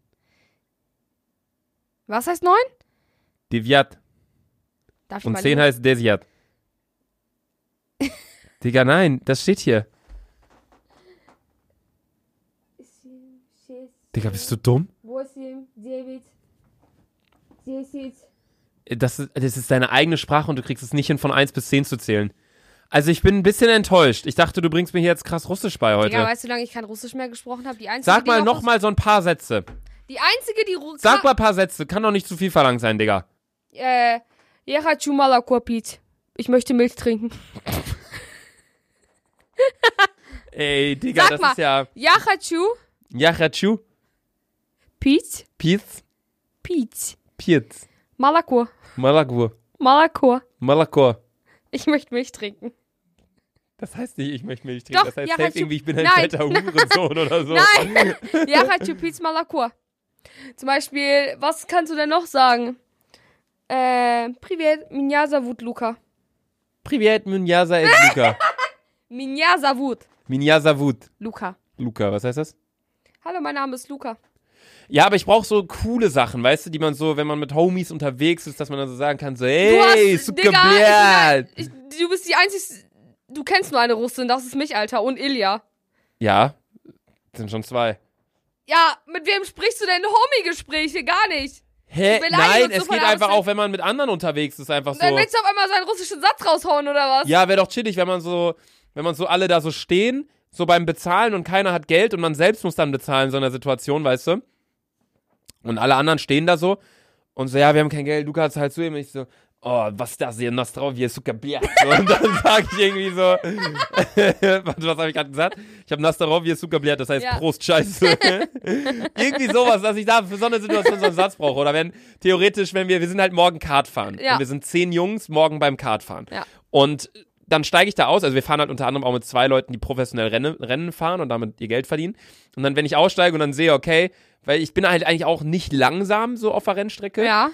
B: Was heißt neun?
A: Deviat.
B: Darf ich
A: Und
B: mal
A: 10
B: lesen?
A: heißt Desiat. Digga, nein, das steht hier.
B: Семь, шесть,
A: Digga, bist du dumm?
B: восемь, девять, десять.
A: Das ist, das ist deine eigene Sprache und du kriegst es nicht hin, von 1 bis 10 zu zählen. Also ich bin ein bisschen enttäuscht. Ich dachte, du bringst mir hier jetzt krass Russisch bei heute.
B: Digga, weißt du, wie lange ich kein Russisch mehr gesprochen habe? Die einzige,
A: Sag mal
B: die noch
A: nochmal so ein paar Sätze.
B: Die einzige, die Russisch.
A: Sag mal ein paar Sätze. Kann doch nicht zu viel verlangt sein, Digga.
B: Äh, я хочу молоко пить. Ich möchte Milch trinken.
A: Ey, Digga,
B: Sag
A: das
B: mal.
A: ist ja...
B: Я хочу
A: Yachachu,
B: пить,
A: Piz,
B: пить.
A: Piz,
B: Молоко,
A: Malagwur,
B: молоко.
A: Malakor.
B: Ich möchte Milch trinken.
A: Das heißt nicht, ich möchte Milch
B: Doch,
A: trinken. das heißt safe
B: Yachachu-
A: irgendwie, ich bin ein
B: Nein,
A: fetter Hurensohn oder so.
B: Nein, я хочу пить молоко. Zum Beispiel, was kannst du denn noch sagen? Äh, привет, меня зовут Luca.
A: Privet, Minyaza et Luca.
B: Меня зовут
A: Minyaza Wut.
B: Luca.
A: Luca, was heißt das?
B: Hallo, mein Name ist Luca.
A: Ja, aber ich brauche so coole Sachen, weißt du, die man so, wenn man mit Homies unterwegs ist, dass man dann so sagen kann, so,
B: Du
A: ey,
B: hast,
A: super
B: Digga,
A: blöd.
B: ich, ich, du bist die einzige, du kennst nur eine Russin, das ist mich, Alter, und Ilja.
A: Ja, sind schon zwei.
B: Ja, mit wem sprichst du denn Homie-Gespräche? Gar nicht.
A: Hä?
B: Die beleidigen
A: Nein,
B: uns
A: es
B: so von
A: geht
B: der
A: einfach
B: Außen-
A: auch, wenn man mit anderen unterwegs ist, einfach
B: Und dann
A: so.
B: willst du auf einmal so einen russischen Satz raushauen, oder was?
A: Ja, wäre doch chillig, wenn man so, wenn man so alle da so stehen, so beim Bezahlen und keiner hat Geld und man selbst muss dann bezahlen in so einer Situation, weißt du? Und alle anderen stehen da so und so, ja, wir haben kein Geld, Luca hat's halt zu ihm. Ich so, oh, was ist das hier, Nostrovje, Sukabier. Und dann sage ich irgendwie so, was, was habe ich gerade gesagt? Ich habe Nostrovje, Sukabier, das heißt
B: Ja.
A: Prost, Scheiße. irgendwie sowas, dass ich da für so eine Situation so einen Satz brauche. Oder wenn, theoretisch, wenn wir, wir sind halt morgen Kart fahren.
B: Ja.
A: Und wir sind zehn Jungs morgen beim Kart fahren.
B: Ja.
A: Und dann steige ich da aus. Also wir fahren halt unter anderem auch mit zwei Leuten, die professionell Rennen, Rennen fahren und damit ihr Geld verdienen. Und dann, wenn ich aussteige und dann sehe, okay, weil ich bin halt eigentlich auch nicht langsam so auf der Rennstrecke,
B: Ja.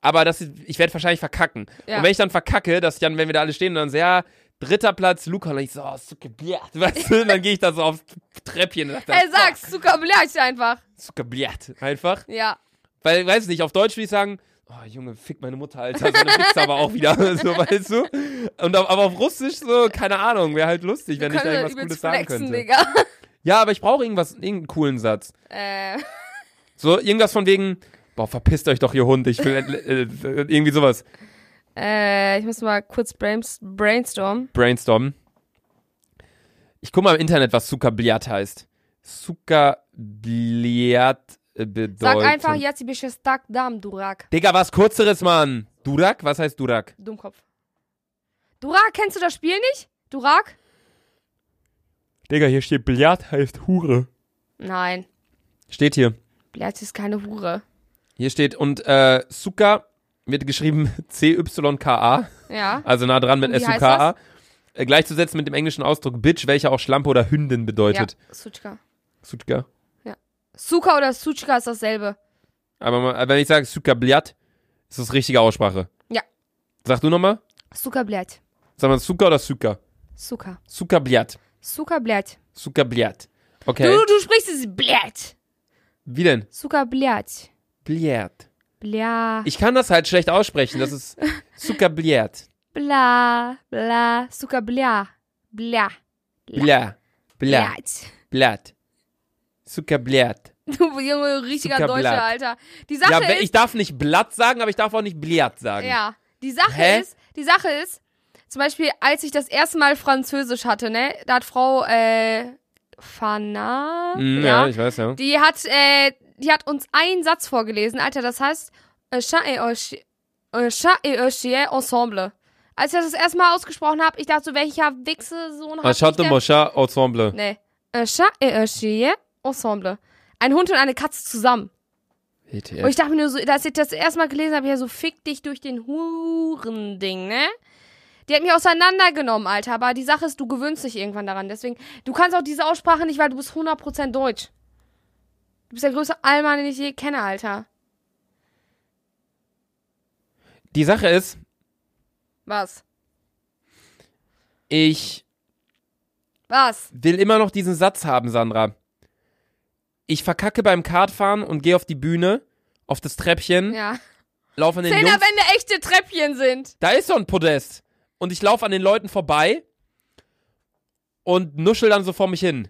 A: aber das, ist- ich werde wahrscheinlich verkacken.
B: Ja.
A: Und wenn ich dann verkacke, dass ich dann, wenn wir da alle stehen, und dann sehr dritter Platz, Luca, und ich so, oh, Sucke, blät, weißt du, und dann gehe ich da so aufs Treppchen und dachte,
B: Ey, sag's, Zucker, blech einfach.
A: Sucke, blät, einfach.
B: Ja.
A: Weil, weiß nicht, auf Deutsch würde ich sagen, oh Junge, fick meine Mutter, Alter, so eine Fix aber auch wieder, so, weißt du? Und auf, aber auf Russisch so, keine Ahnung, wäre halt lustig, wenn ich da
B: Können wir
A: irgendwas
B: übelst
A: Cooles sagen
B: flexen,
A: könnte.
B: Digga.
A: Ja, aber ich brauche irgendwas, irgendeinen coolen Satz.
B: Äh,
A: So, irgendwas von wegen, boah, verpisst euch doch, ihr Hund, ich will, äh, äh, irgendwie sowas.
B: äh, ich muss mal kurz brains- brainstormen.
A: Brainstormen. Ich guck mal im Internet, was Sukabliat heißt. Sukabliat äh, bedeutet...
B: Sag einfach, jetzt bist du stark dam, Durak.
A: Digga, was Kürzeres, Mann. Durak? Was heißt Durak?
B: Dummkopf. Durak, kennst du das Spiel nicht? Durak?
A: Digga, hier steht, Bliat heißt Hure.
B: Nein.
A: Steht hier.
B: Blech ist keine Hure.
A: Hier steht, und äh, Suka wird geschrieben C-Y-K-A,
B: Ja.
A: also nah dran mit
B: Und wie heißt
A: S-U-K-A. Äh, gleichzusetzen mit dem englischen Ausdruck Bitch, welcher auch Schlampe oder Hündin
B: Ja,
A: bedeutet.
B: Suchka.
A: Sutka.
B: Suka oder Suchka ist dasselbe.
A: Aber mal, wenn ich sage Suka Bliat, ist das richtige Aussprache.
B: Ja.
A: Sag du nochmal?
B: Suka, blech.
A: Sag mal Suka oder Suka?
B: Suka.
A: Suka Bliat.
B: Suka, blech.
A: Suka Bliat. Okay.
B: Du, du sprichst es blech.
A: Wie denn?
B: Suka, blech.
A: Bliat.
B: Bla,
A: Ich kann das halt schlecht aussprechen. Das ist Suka Bliat.
B: bla, bla. Suka, bla. Bla.
A: Bla. Bla.
B: Blech.
A: Bliat. Suka Bliat.
B: Du Junge, richtiger
A: Suka,
B: Deutscher,
A: blech.
B: Alter. Die Sache
A: Ja,
B: ist.
A: ich darf nicht Blatt sagen, aber ich darf auch nicht Bliat sagen.
B: Ja, die Sache
A: Hä?
B: ist, die Sache ist, zum Beispiel, als ich das erste Mal Französisch hatte, ne, da hat Frau äh, Fana,
A: Mm, ja,
B: ja,
A: ich weiß, ja.
B: die hat, äh, die hat uns einen Satz vorgelesen, Alter, das heißt, un chat et un chi- un chat et un chien ensemble. Als ich das das erste Mal ausgesprochen habe, ich dachte so, welcher Wichse so ein
A: Un chat de Mocha Ensemble.
B: Nee, Äh, un chat et un chien ensemble. Ein Hund und eine Katze zusammen. Und
A: ETF.
B: ich dachte mir nur so, als ich das erstmal gelesen habe, ja so fick dich durch den Hurending, ne? Die hat mich auseinandergenommen, Alter. Aber die Sache ist, du gewöhnst dich irgendwann daran. Deswegen, du kannst auch diese Aussprache nicht, weil du bist 100% deutsch. Du bist der größte Allmann, den ich je kenne, Alter.
A: Die Sache ist,
B: Was?
A: ich
B: Was?
A: will immer noch diesen Satz haben, Sandra. Ich verkacke beim Kartfahren und gehe auf die Bühne, auf das Treppchen,
B: Ja.
A: laufe an Hm? den
B: Zehner,
A: Jungs.
B: wenn da echte Treppchen sind.
A: Da ist so ein Podest. Und ich laufe an den Leuten vorbei und nuschel dann so vor mich hin.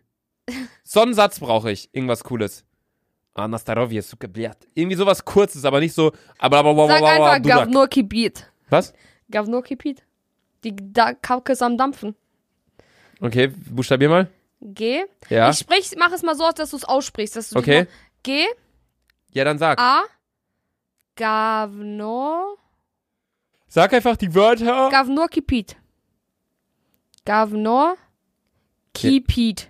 A: So einen Satz brauche ich. Irgendwas Cooles. Anastarovje, suke bliat. Irgendwie sowas Kurzes, aber nicht so. Aber, aber, aber,
B: Sag
A: aber, aber,
B: einfach
A: Dudak.
B: Gavno Kibit.
A: Was?
B: Gavno Kibit. Die da Kacke ist am Dampfen.
A: Okay, buchstabier mal.
B: G.
A: Ja.
B: Ich sprich, mach es mal so aus, dass du es aussprichst. Dass du
A: Okay.
B: diesmal- G,
A: Ja, dann sag.
B: A, Gavno,
A: Sag einfach die Wörter.
B: Gavno Kipit. Gavno Kipit.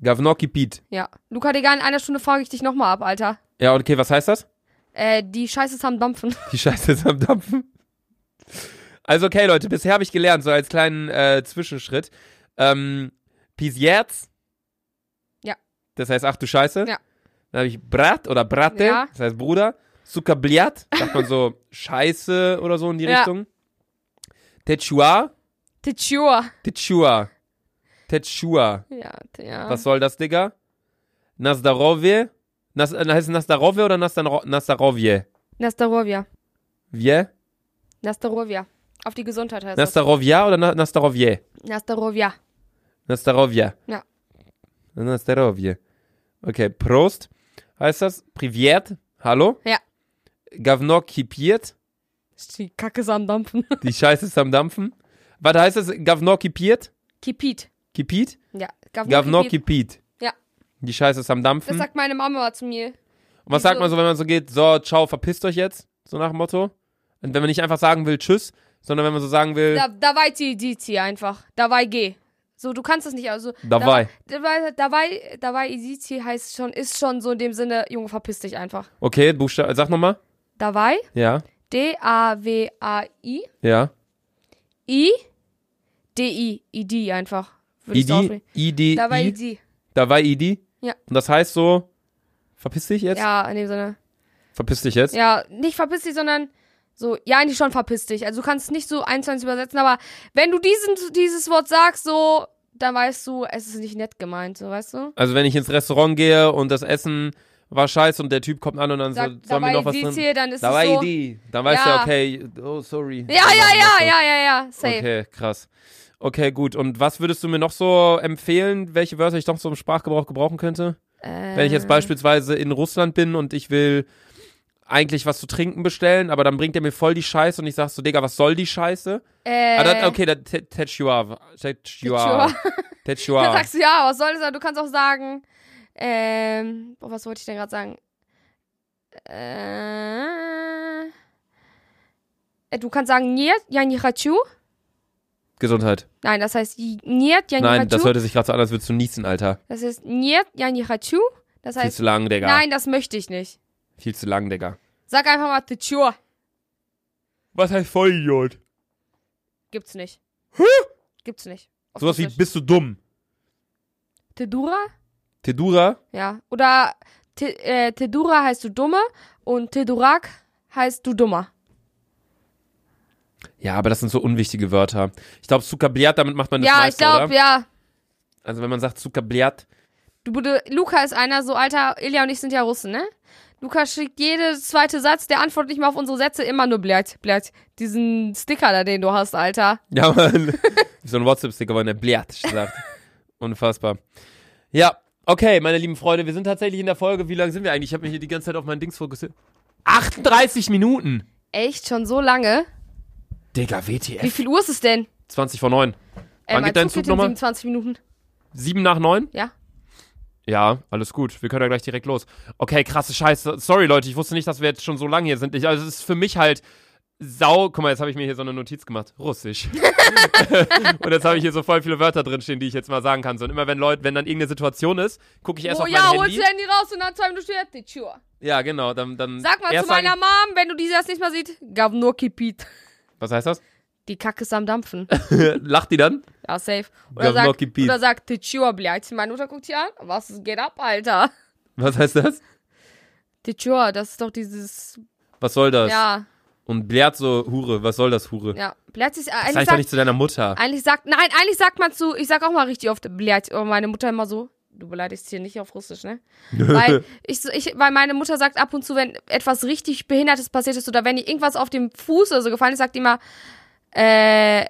A: Gavnoki Piet.
B: Ja. Luca, Digga, in einer Stunde frage ich dich nochmal ab, Alter.
A: Ja, okay, was heißt das?
B: Äh, die Scheiße ist am Dampfen.
A: Die Scheiße ist am Dampfen. Also, okay, Leute, bisher habe ich gelernt, so als kleinen äh, Zwischenschritt. Ähm, bis jetzt.
B: Ja.
A: Das heißt, ach du Scheiße.
B: Ja.
A: Dann habe ich Brat oder Brate,
B: Ja.
A: das heißt Bruder. Sukabliat, sagt man so Scheiße oder so in die
B: Ja.
A: Richtung. Techua,
B: Tichua.
A: Techua, Techua.
B: Ja, ja.
A: Was soll das, Digga? Nazdarovje? Nas, äh, heißt es Nazdarovje oder Nazdaro- Nazdarovje?
B: Nastarovia.
A: Wir?
B: Nastarovia. Auf die Gesundheit heißt das.
A: Nazdarovja oder Na Nazdarovje?
B: Nastarovia.
A: Nazdarovja.
B: Ja.
A: Nazdarovje. Okay, Prost heißt das. Privet. Hallo?
B: Ja.
A: Gavno kipiert.
B: Die Kacke ist am Dampfen.
A: Die Scheiße ist am Dampfen. Was heißt das? Gavno kipiert?
B: Kipit.
A: Kipiert?
B: Ja. Gavno,
A: Gavno
B: Kipit.
A: kipiert.
B: Ja.
A: Die Scheiße ist am
B: Das
A: Dampfen.
B: sagt meine Mama zu mir.
A: Und was sagt man so, wenn man so geht, so, ciao, verpisst euch jetzt? So nach dem Motto. Und wenn man nicht einfach sagen will, tschüss, sondern wenn man so sagen will,
B: Da, dabei die Dizi einfach. Dabei geh. So, du kannst das nicht. Also,
A: dabei.
B: Dabei, dabei, dabei Dizi heißt schon, ist schon so in dem Sinne, Junge, verpiss dich einfach.
A: Okay, Buchstabe, sag nochmal.
B: Dabei,
A: Ja,
B: D-A-W-A-I,
A: ja.
B: I, D-I, ID einfach. Würde ich so
A: ID,
B: aufnehmen.
A: ID,
B: Dabei
A: I,
B: Idi.
A: dabei ID.
B: Ja.
A: Und das heißt so, verpiss dich jetzt?
B: Ja, in dem Sinne.
A: Verpiss dich jetzt?
B: Ja, nicht verpiss dich, sondern so, ja, eigentlich schon verpiss dich. Also du kannst es nicht so eins zu eins übersetzen, aber wenn du diesen, dieses Wort sagst, so, dann weißt du, es ist nicht nett gemeint, so, weißt du?
A: Also wenn ich ins Restaurant gehe und das Essen war scheiße und der Typ kommt an und dann
B: Sag,
A: so, Also sollen wir
B: dabei
A: noch was
B: Dizi,
A: drin?
B: dann ist
A: Dabei
B: es so.
A: ID. Dann weißt
B: Ja.
A: du, okay, oh, sorry.
B: Ja, ja, ja, ja, ja, ja, safe.
A: Okay, krass. Okay, gut. Und was würdest du mir noch so empfehlen, welche Wörter ich noch so im Sprachgebrauch gebrauchen könnte?
B: Ähm,
A: Wenn ich jetzt beispielsweise in Russland bin und ich will eigentlich was zu trinken bestellen, aber dann bringt er mir voll die Scheiße und ich sag so, Digga, was soll die Scheiße?
B: Äh,
A: ah, dann, okay, dann Te- Techua. Techua.
B: Dann
A: Techua.
B: sagst du, ja, was soll das sein? Du kannst auch sagen, ähm, boah, was wollte ich denn gerade sagen? Äh, äh, du kannst sagen, нет, я не хочу.
A: Gesundheit.
B: Nein, das heißt, нет, я не
A: Nein, das
B: хочу.
A: hörte sich gerade so an, als würdest du nießen, Alter.
B: Das heißt, нет, я не хочу. Das
A: Viel
B: heißt,
A: zu lang, Digga.
B: nein, das möchte ich nicht.
A: Viel zu lang, Digga.
B: Sag einfach mal, ты чё?
A: Was heißt Vollidiot?
B: Gibt's nicht. Gibt's nicht. Auf
A: Sowas wie,
B: Russisch.
A: bist du dumm?
B: Ты дура?
A: Tedura?
B: Ja. Oder ты, äh, ты дура heißt du Dumme und ты дурак heißt du Dummer.
A: Ja, aber das sind so unwichtige Wörter. Ich glaube, Zuckerbliat, damit macht man das
B: ja, ich
A: meiste,
B: glaube,
A: oder?
B: ja.
A: Also wenn man sagt Zuckerbliat,
B: Du Bude, Luca ist einer, so alter, Ilja und ich sind ja Russen, ne? Luca schickt jede zweite Satz, der antwortet nicht mal auf unsere Sätze, immer nur blät, blät. Diesen Sticker da, den du hast, Alter.
A: ja man, so ein WhatsApp-Sticker, wo der Bliat sagt. Unfassbar. Ja, okay, meine lieben Freunde, wir sind tatsächlich in der Folge. Wie lange sind wir eigentlich? Ich habe mich hier die ganze Zeit auf mein Dings fokussiert. 38 Minuten.
B: Echt, schon so lange?
A: Digga,
B: Wie
A: WTF.
B: viel Uhr ist es denn?
A: 20 vor 9.
B: Ey,
A: Wann
B: mein
A: geht dein Zug
B: in
A: nochmal?
B: 27 Minuten.
A: 7 nach 9?
B: Ja.
A: Ja, alles gut. Wir können ja gleich direkt los. Okay, krasse Scheiße. Sorry, Leute, ich wusste nicht, dass wir jetzt schon so lange hier sind. Ich, also, es ist für mich halt sau. Guck mal, jetzt habe ich mir hier so eine Notiz gemacht. Russisch. und jetzt habe ich hier so voll viele Wörter drinstehen, die ich jetzt mal sagen kann. So, und immer wenn Leute, wenn dann irgendeine Situation ist, gucke ich erst
B: oh
A: auf
B: ja,
A: mein
B: holst
A: Handy.
B: du Handy raus und dann zwei Minuten später, die Tür.
A: Ja, genau. Dann, dann
B: Sag mal
A: erst
B: zu meiner
A: sag
B: Mom, wenn du die das nicht mal sieht, Gavno Kipit.
A: ich, Was heißt das?
B: Die Kacke ist am Dampfen.
A: Lacht die dann?
B: Ja, safe. Oder
A: Gavno
B: sagt,
A: Kipit.
B: oder sagt, die Tür, blät. Meine Mutter guckt hier an, was geht ab, Alter?
A: Was heißt das?
B: Die Tür, das ist doch dieses,
A: Was soll das?
B: ja.
A: Und blärt so, Hure, was soll das, Hure?
B: Ja, Blärz ist
A: Sag
B: eigentlich
A: ich doch
B: sagt,
A: nicht zu deiner Mutter.
B: eigentlich sagt, nein, eigentlich sagt man zu, ich sag auch mal richtig oft Blärz, aber meine Mutter immer so, du beleidigst hier nicht auf Russisch, ne? weil ich, so- ich weil meine Mutter sagt ab und zu, wenn etwas richtig behindertes passiert ist oder wenn ihr irgendwas auf dem Fuß oder so gefallen ist, sagt die immer äh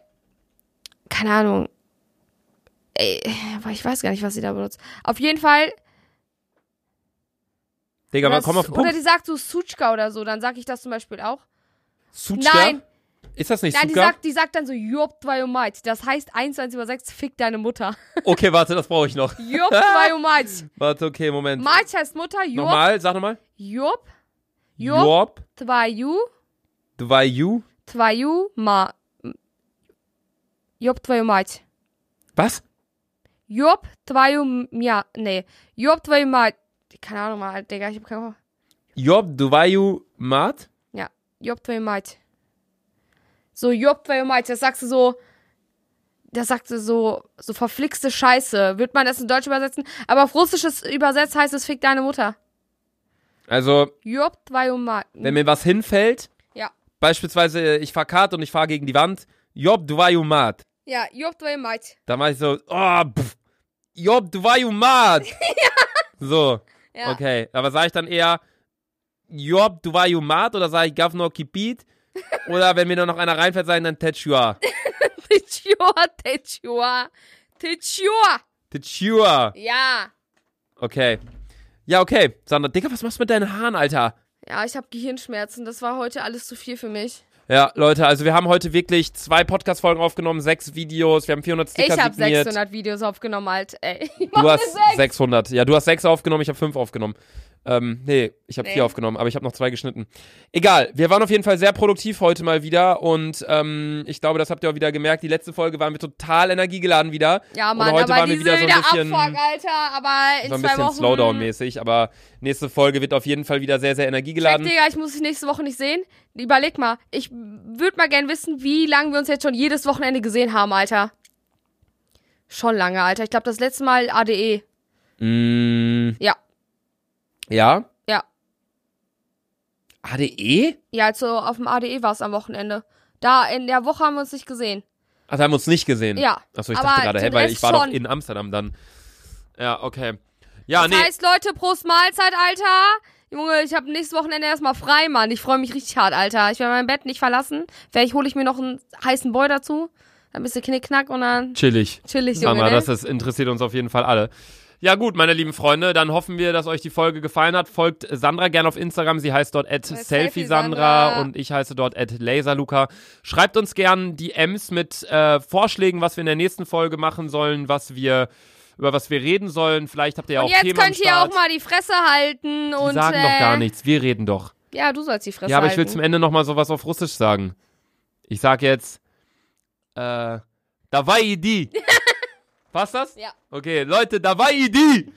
B: keine Ahnung. Ey, aber ich weiß gar nicht, was sie da benutzt. Auf jeden Fall.
A: Digga,
B: oder
A: man kommt auf den
B: Oder
A: Punkt.
B: die sagt so Sutschka oder so, dann sag ich das zum Beispiel auch.
A: Sutschka?
B: Nein.
A: Ist das nicht
B: Nein, die
A: Zucker?
B: sagt, die sagt dann so, Job zwei um Mike. Das heißt, 1 1 über 6, fick deine Mutter.
A: Okay, warte, das brauche ich noch.
B: Job zwei um Mike.
A: Warte, okay, Moment.
B: Mike heißt Mutter, Job,
A: Nochmal, sag nochmal.
B: Job, Job,
A: Job,
B: zwei Ju,
A: zwei U.
B: zwei Ju, Ma. Job zwei um Mike.
A: Was?
B: Job zwei um, ja, nee. Job zwei um Mike. Keine Ahnung, mal, Digga, ich hab keine Ahnung.
A: Job, zwei U, Mat.
B: Ja, Job твою мать. So, Job твою мать, das sagst du so, das sagst du so, so verflixte Scheiße. Wird man das in Deutsch übersetzen? Aber auf Russisches übersetzt heißt es, fick deine Mutter.
A: Also,
B: Job твою мать.
A: wenn mir was hinfällt,
B: Ja.
A: beispielsweise äh, ich fahr Kart und ich fahre gegen die Wand, Job, zwei U, Mat.
B: Ja, Job твою мать.
A: Dann mach ich so, oh, pff. Job, zwei U, Mat. So,
B: Ja.
A: okay. Aber sage ich dann eher, Job, zwei U, Mat oder sage ich Gavno Kipit? oder wenn mir nur noch einer reinfällt, sage ich dann Tetschua.
B: Течёа, течёа, течёа.
A: Tetschua.
B: Ja.
A: Okay. Ja, okay. Sandra, Digga, was machst du mit deinen Haaren, Alter?
B: Ja, ich habe Gehirnschmerzen. Das war heute alles zu viel für mich.
A: Ja, Leute, also wir haben heute wirklich zwei Podcast-Folgen aufgenommen, sechs Videos, wir haben 400 Sticker
B: ich habe
A: signiert.
B: 600 Videos aufgenommen, halt. Ey.
A: Du hast 600. Ja, du hast sechs aufgenommen, ich habe fünf aufgenommen. Ähm, nee, ich habe
B: Nee.
A: vier aufgenommen, aber ich habe noch zwei geschnitten. Egal, wir waren auf jeden Fall sehr produktiv heute mal wieder und ähm, ich glaube, das habt ihr auch wieder gemerkt. Die letzte Folge waren wir total energiegeladen wieder.
B: Ja,
A: Und
B: Mann,
A: heute
B: aber
A: waren wir
B: diese
A: wieder so ein bisschen-
B: Abfuck, Alter. Aber in
A: So ein
B: zwei
A: bisschen
B: Wochen.
A: Slowdown-mäßig, aber nächste Folge wird auf jeden Fall wieder sehr, sehr
B: Check,
A: energiegeladen.
B: Digga, ich muss dich nächste Woche nicht sehen. Überleg mal. Ich würde mal gern wissen, wie lange wir uns jetzt schon jedes Wochenende gesehen haben, Alter. Schon lange, Alter. Ich glaube, das letzte Mal E. ADE.
A: Mm,
B: Ja.
A: ja? E?
B: Ja.
A: ADE?
B: Ja, also auf dem ADE war es am Wochenende. Da in der Woche haben wir uns nicht gesehen.
A: Ach, da haben wir uns nicht gesehen.
B: Ja.
A: Achso, ich
B: Aber
A: dachte gerade, hä,
B: den
A: weil
B: Rest
A: ich war doch
B: schon.
A: in Amsterdam dann. Ja, okay. Ja,
B: das
A: nee.
B: heißt, Leute, Prost Mahlzeit, Alter. Junge, ich habe nächstes Wochenende erstmal frei, Mann. Ich freue mich richtig hart, Alter. Ich werde mein Bett nicht verlassen. Vielleicht hole ich mir noch einen heißen Boy dazu. Dann bist du knickknack und dann
A: chillig.
B: chill ich, Junge.
A: Sandra,
B: ne?
A: das, das interessiert uns auf jeden Fall alle. Ja, gut, meine lieben Freunde, dann hoffen wir, dass euch die Folge gefallen hat. Folgt Sandra gerne auf Instagram. Sie heißt dort
B: Äh, Selfie-Sandra.
A: selfiesandra und ich heiße dort laserluca. Schreibt uns gerne DMs mit äh, Vorschlägen, was wir in der nächsten Folge machen sollen, was wir, über was wir reden sollen. Vielleicht habt ihr ja
B: und
A: auch
B: jetzt
A: Themen am
B: könnt ihr
A: Start.
B: auch mal die Fresse halten
A: Die
B: und
A: sagen
B: äh,
A: doch gar nichts, wir reden doch.
B: Ja, du sollst die Fresse
A: Ja, aber ich
B: halten.
A: will zum Ende nochmal sowas auf Russisch sagen. Ich sag jetzt, äh, Davai Idi. Passt das?
B: Ja.
A: Okay, Leute, Davai Idi.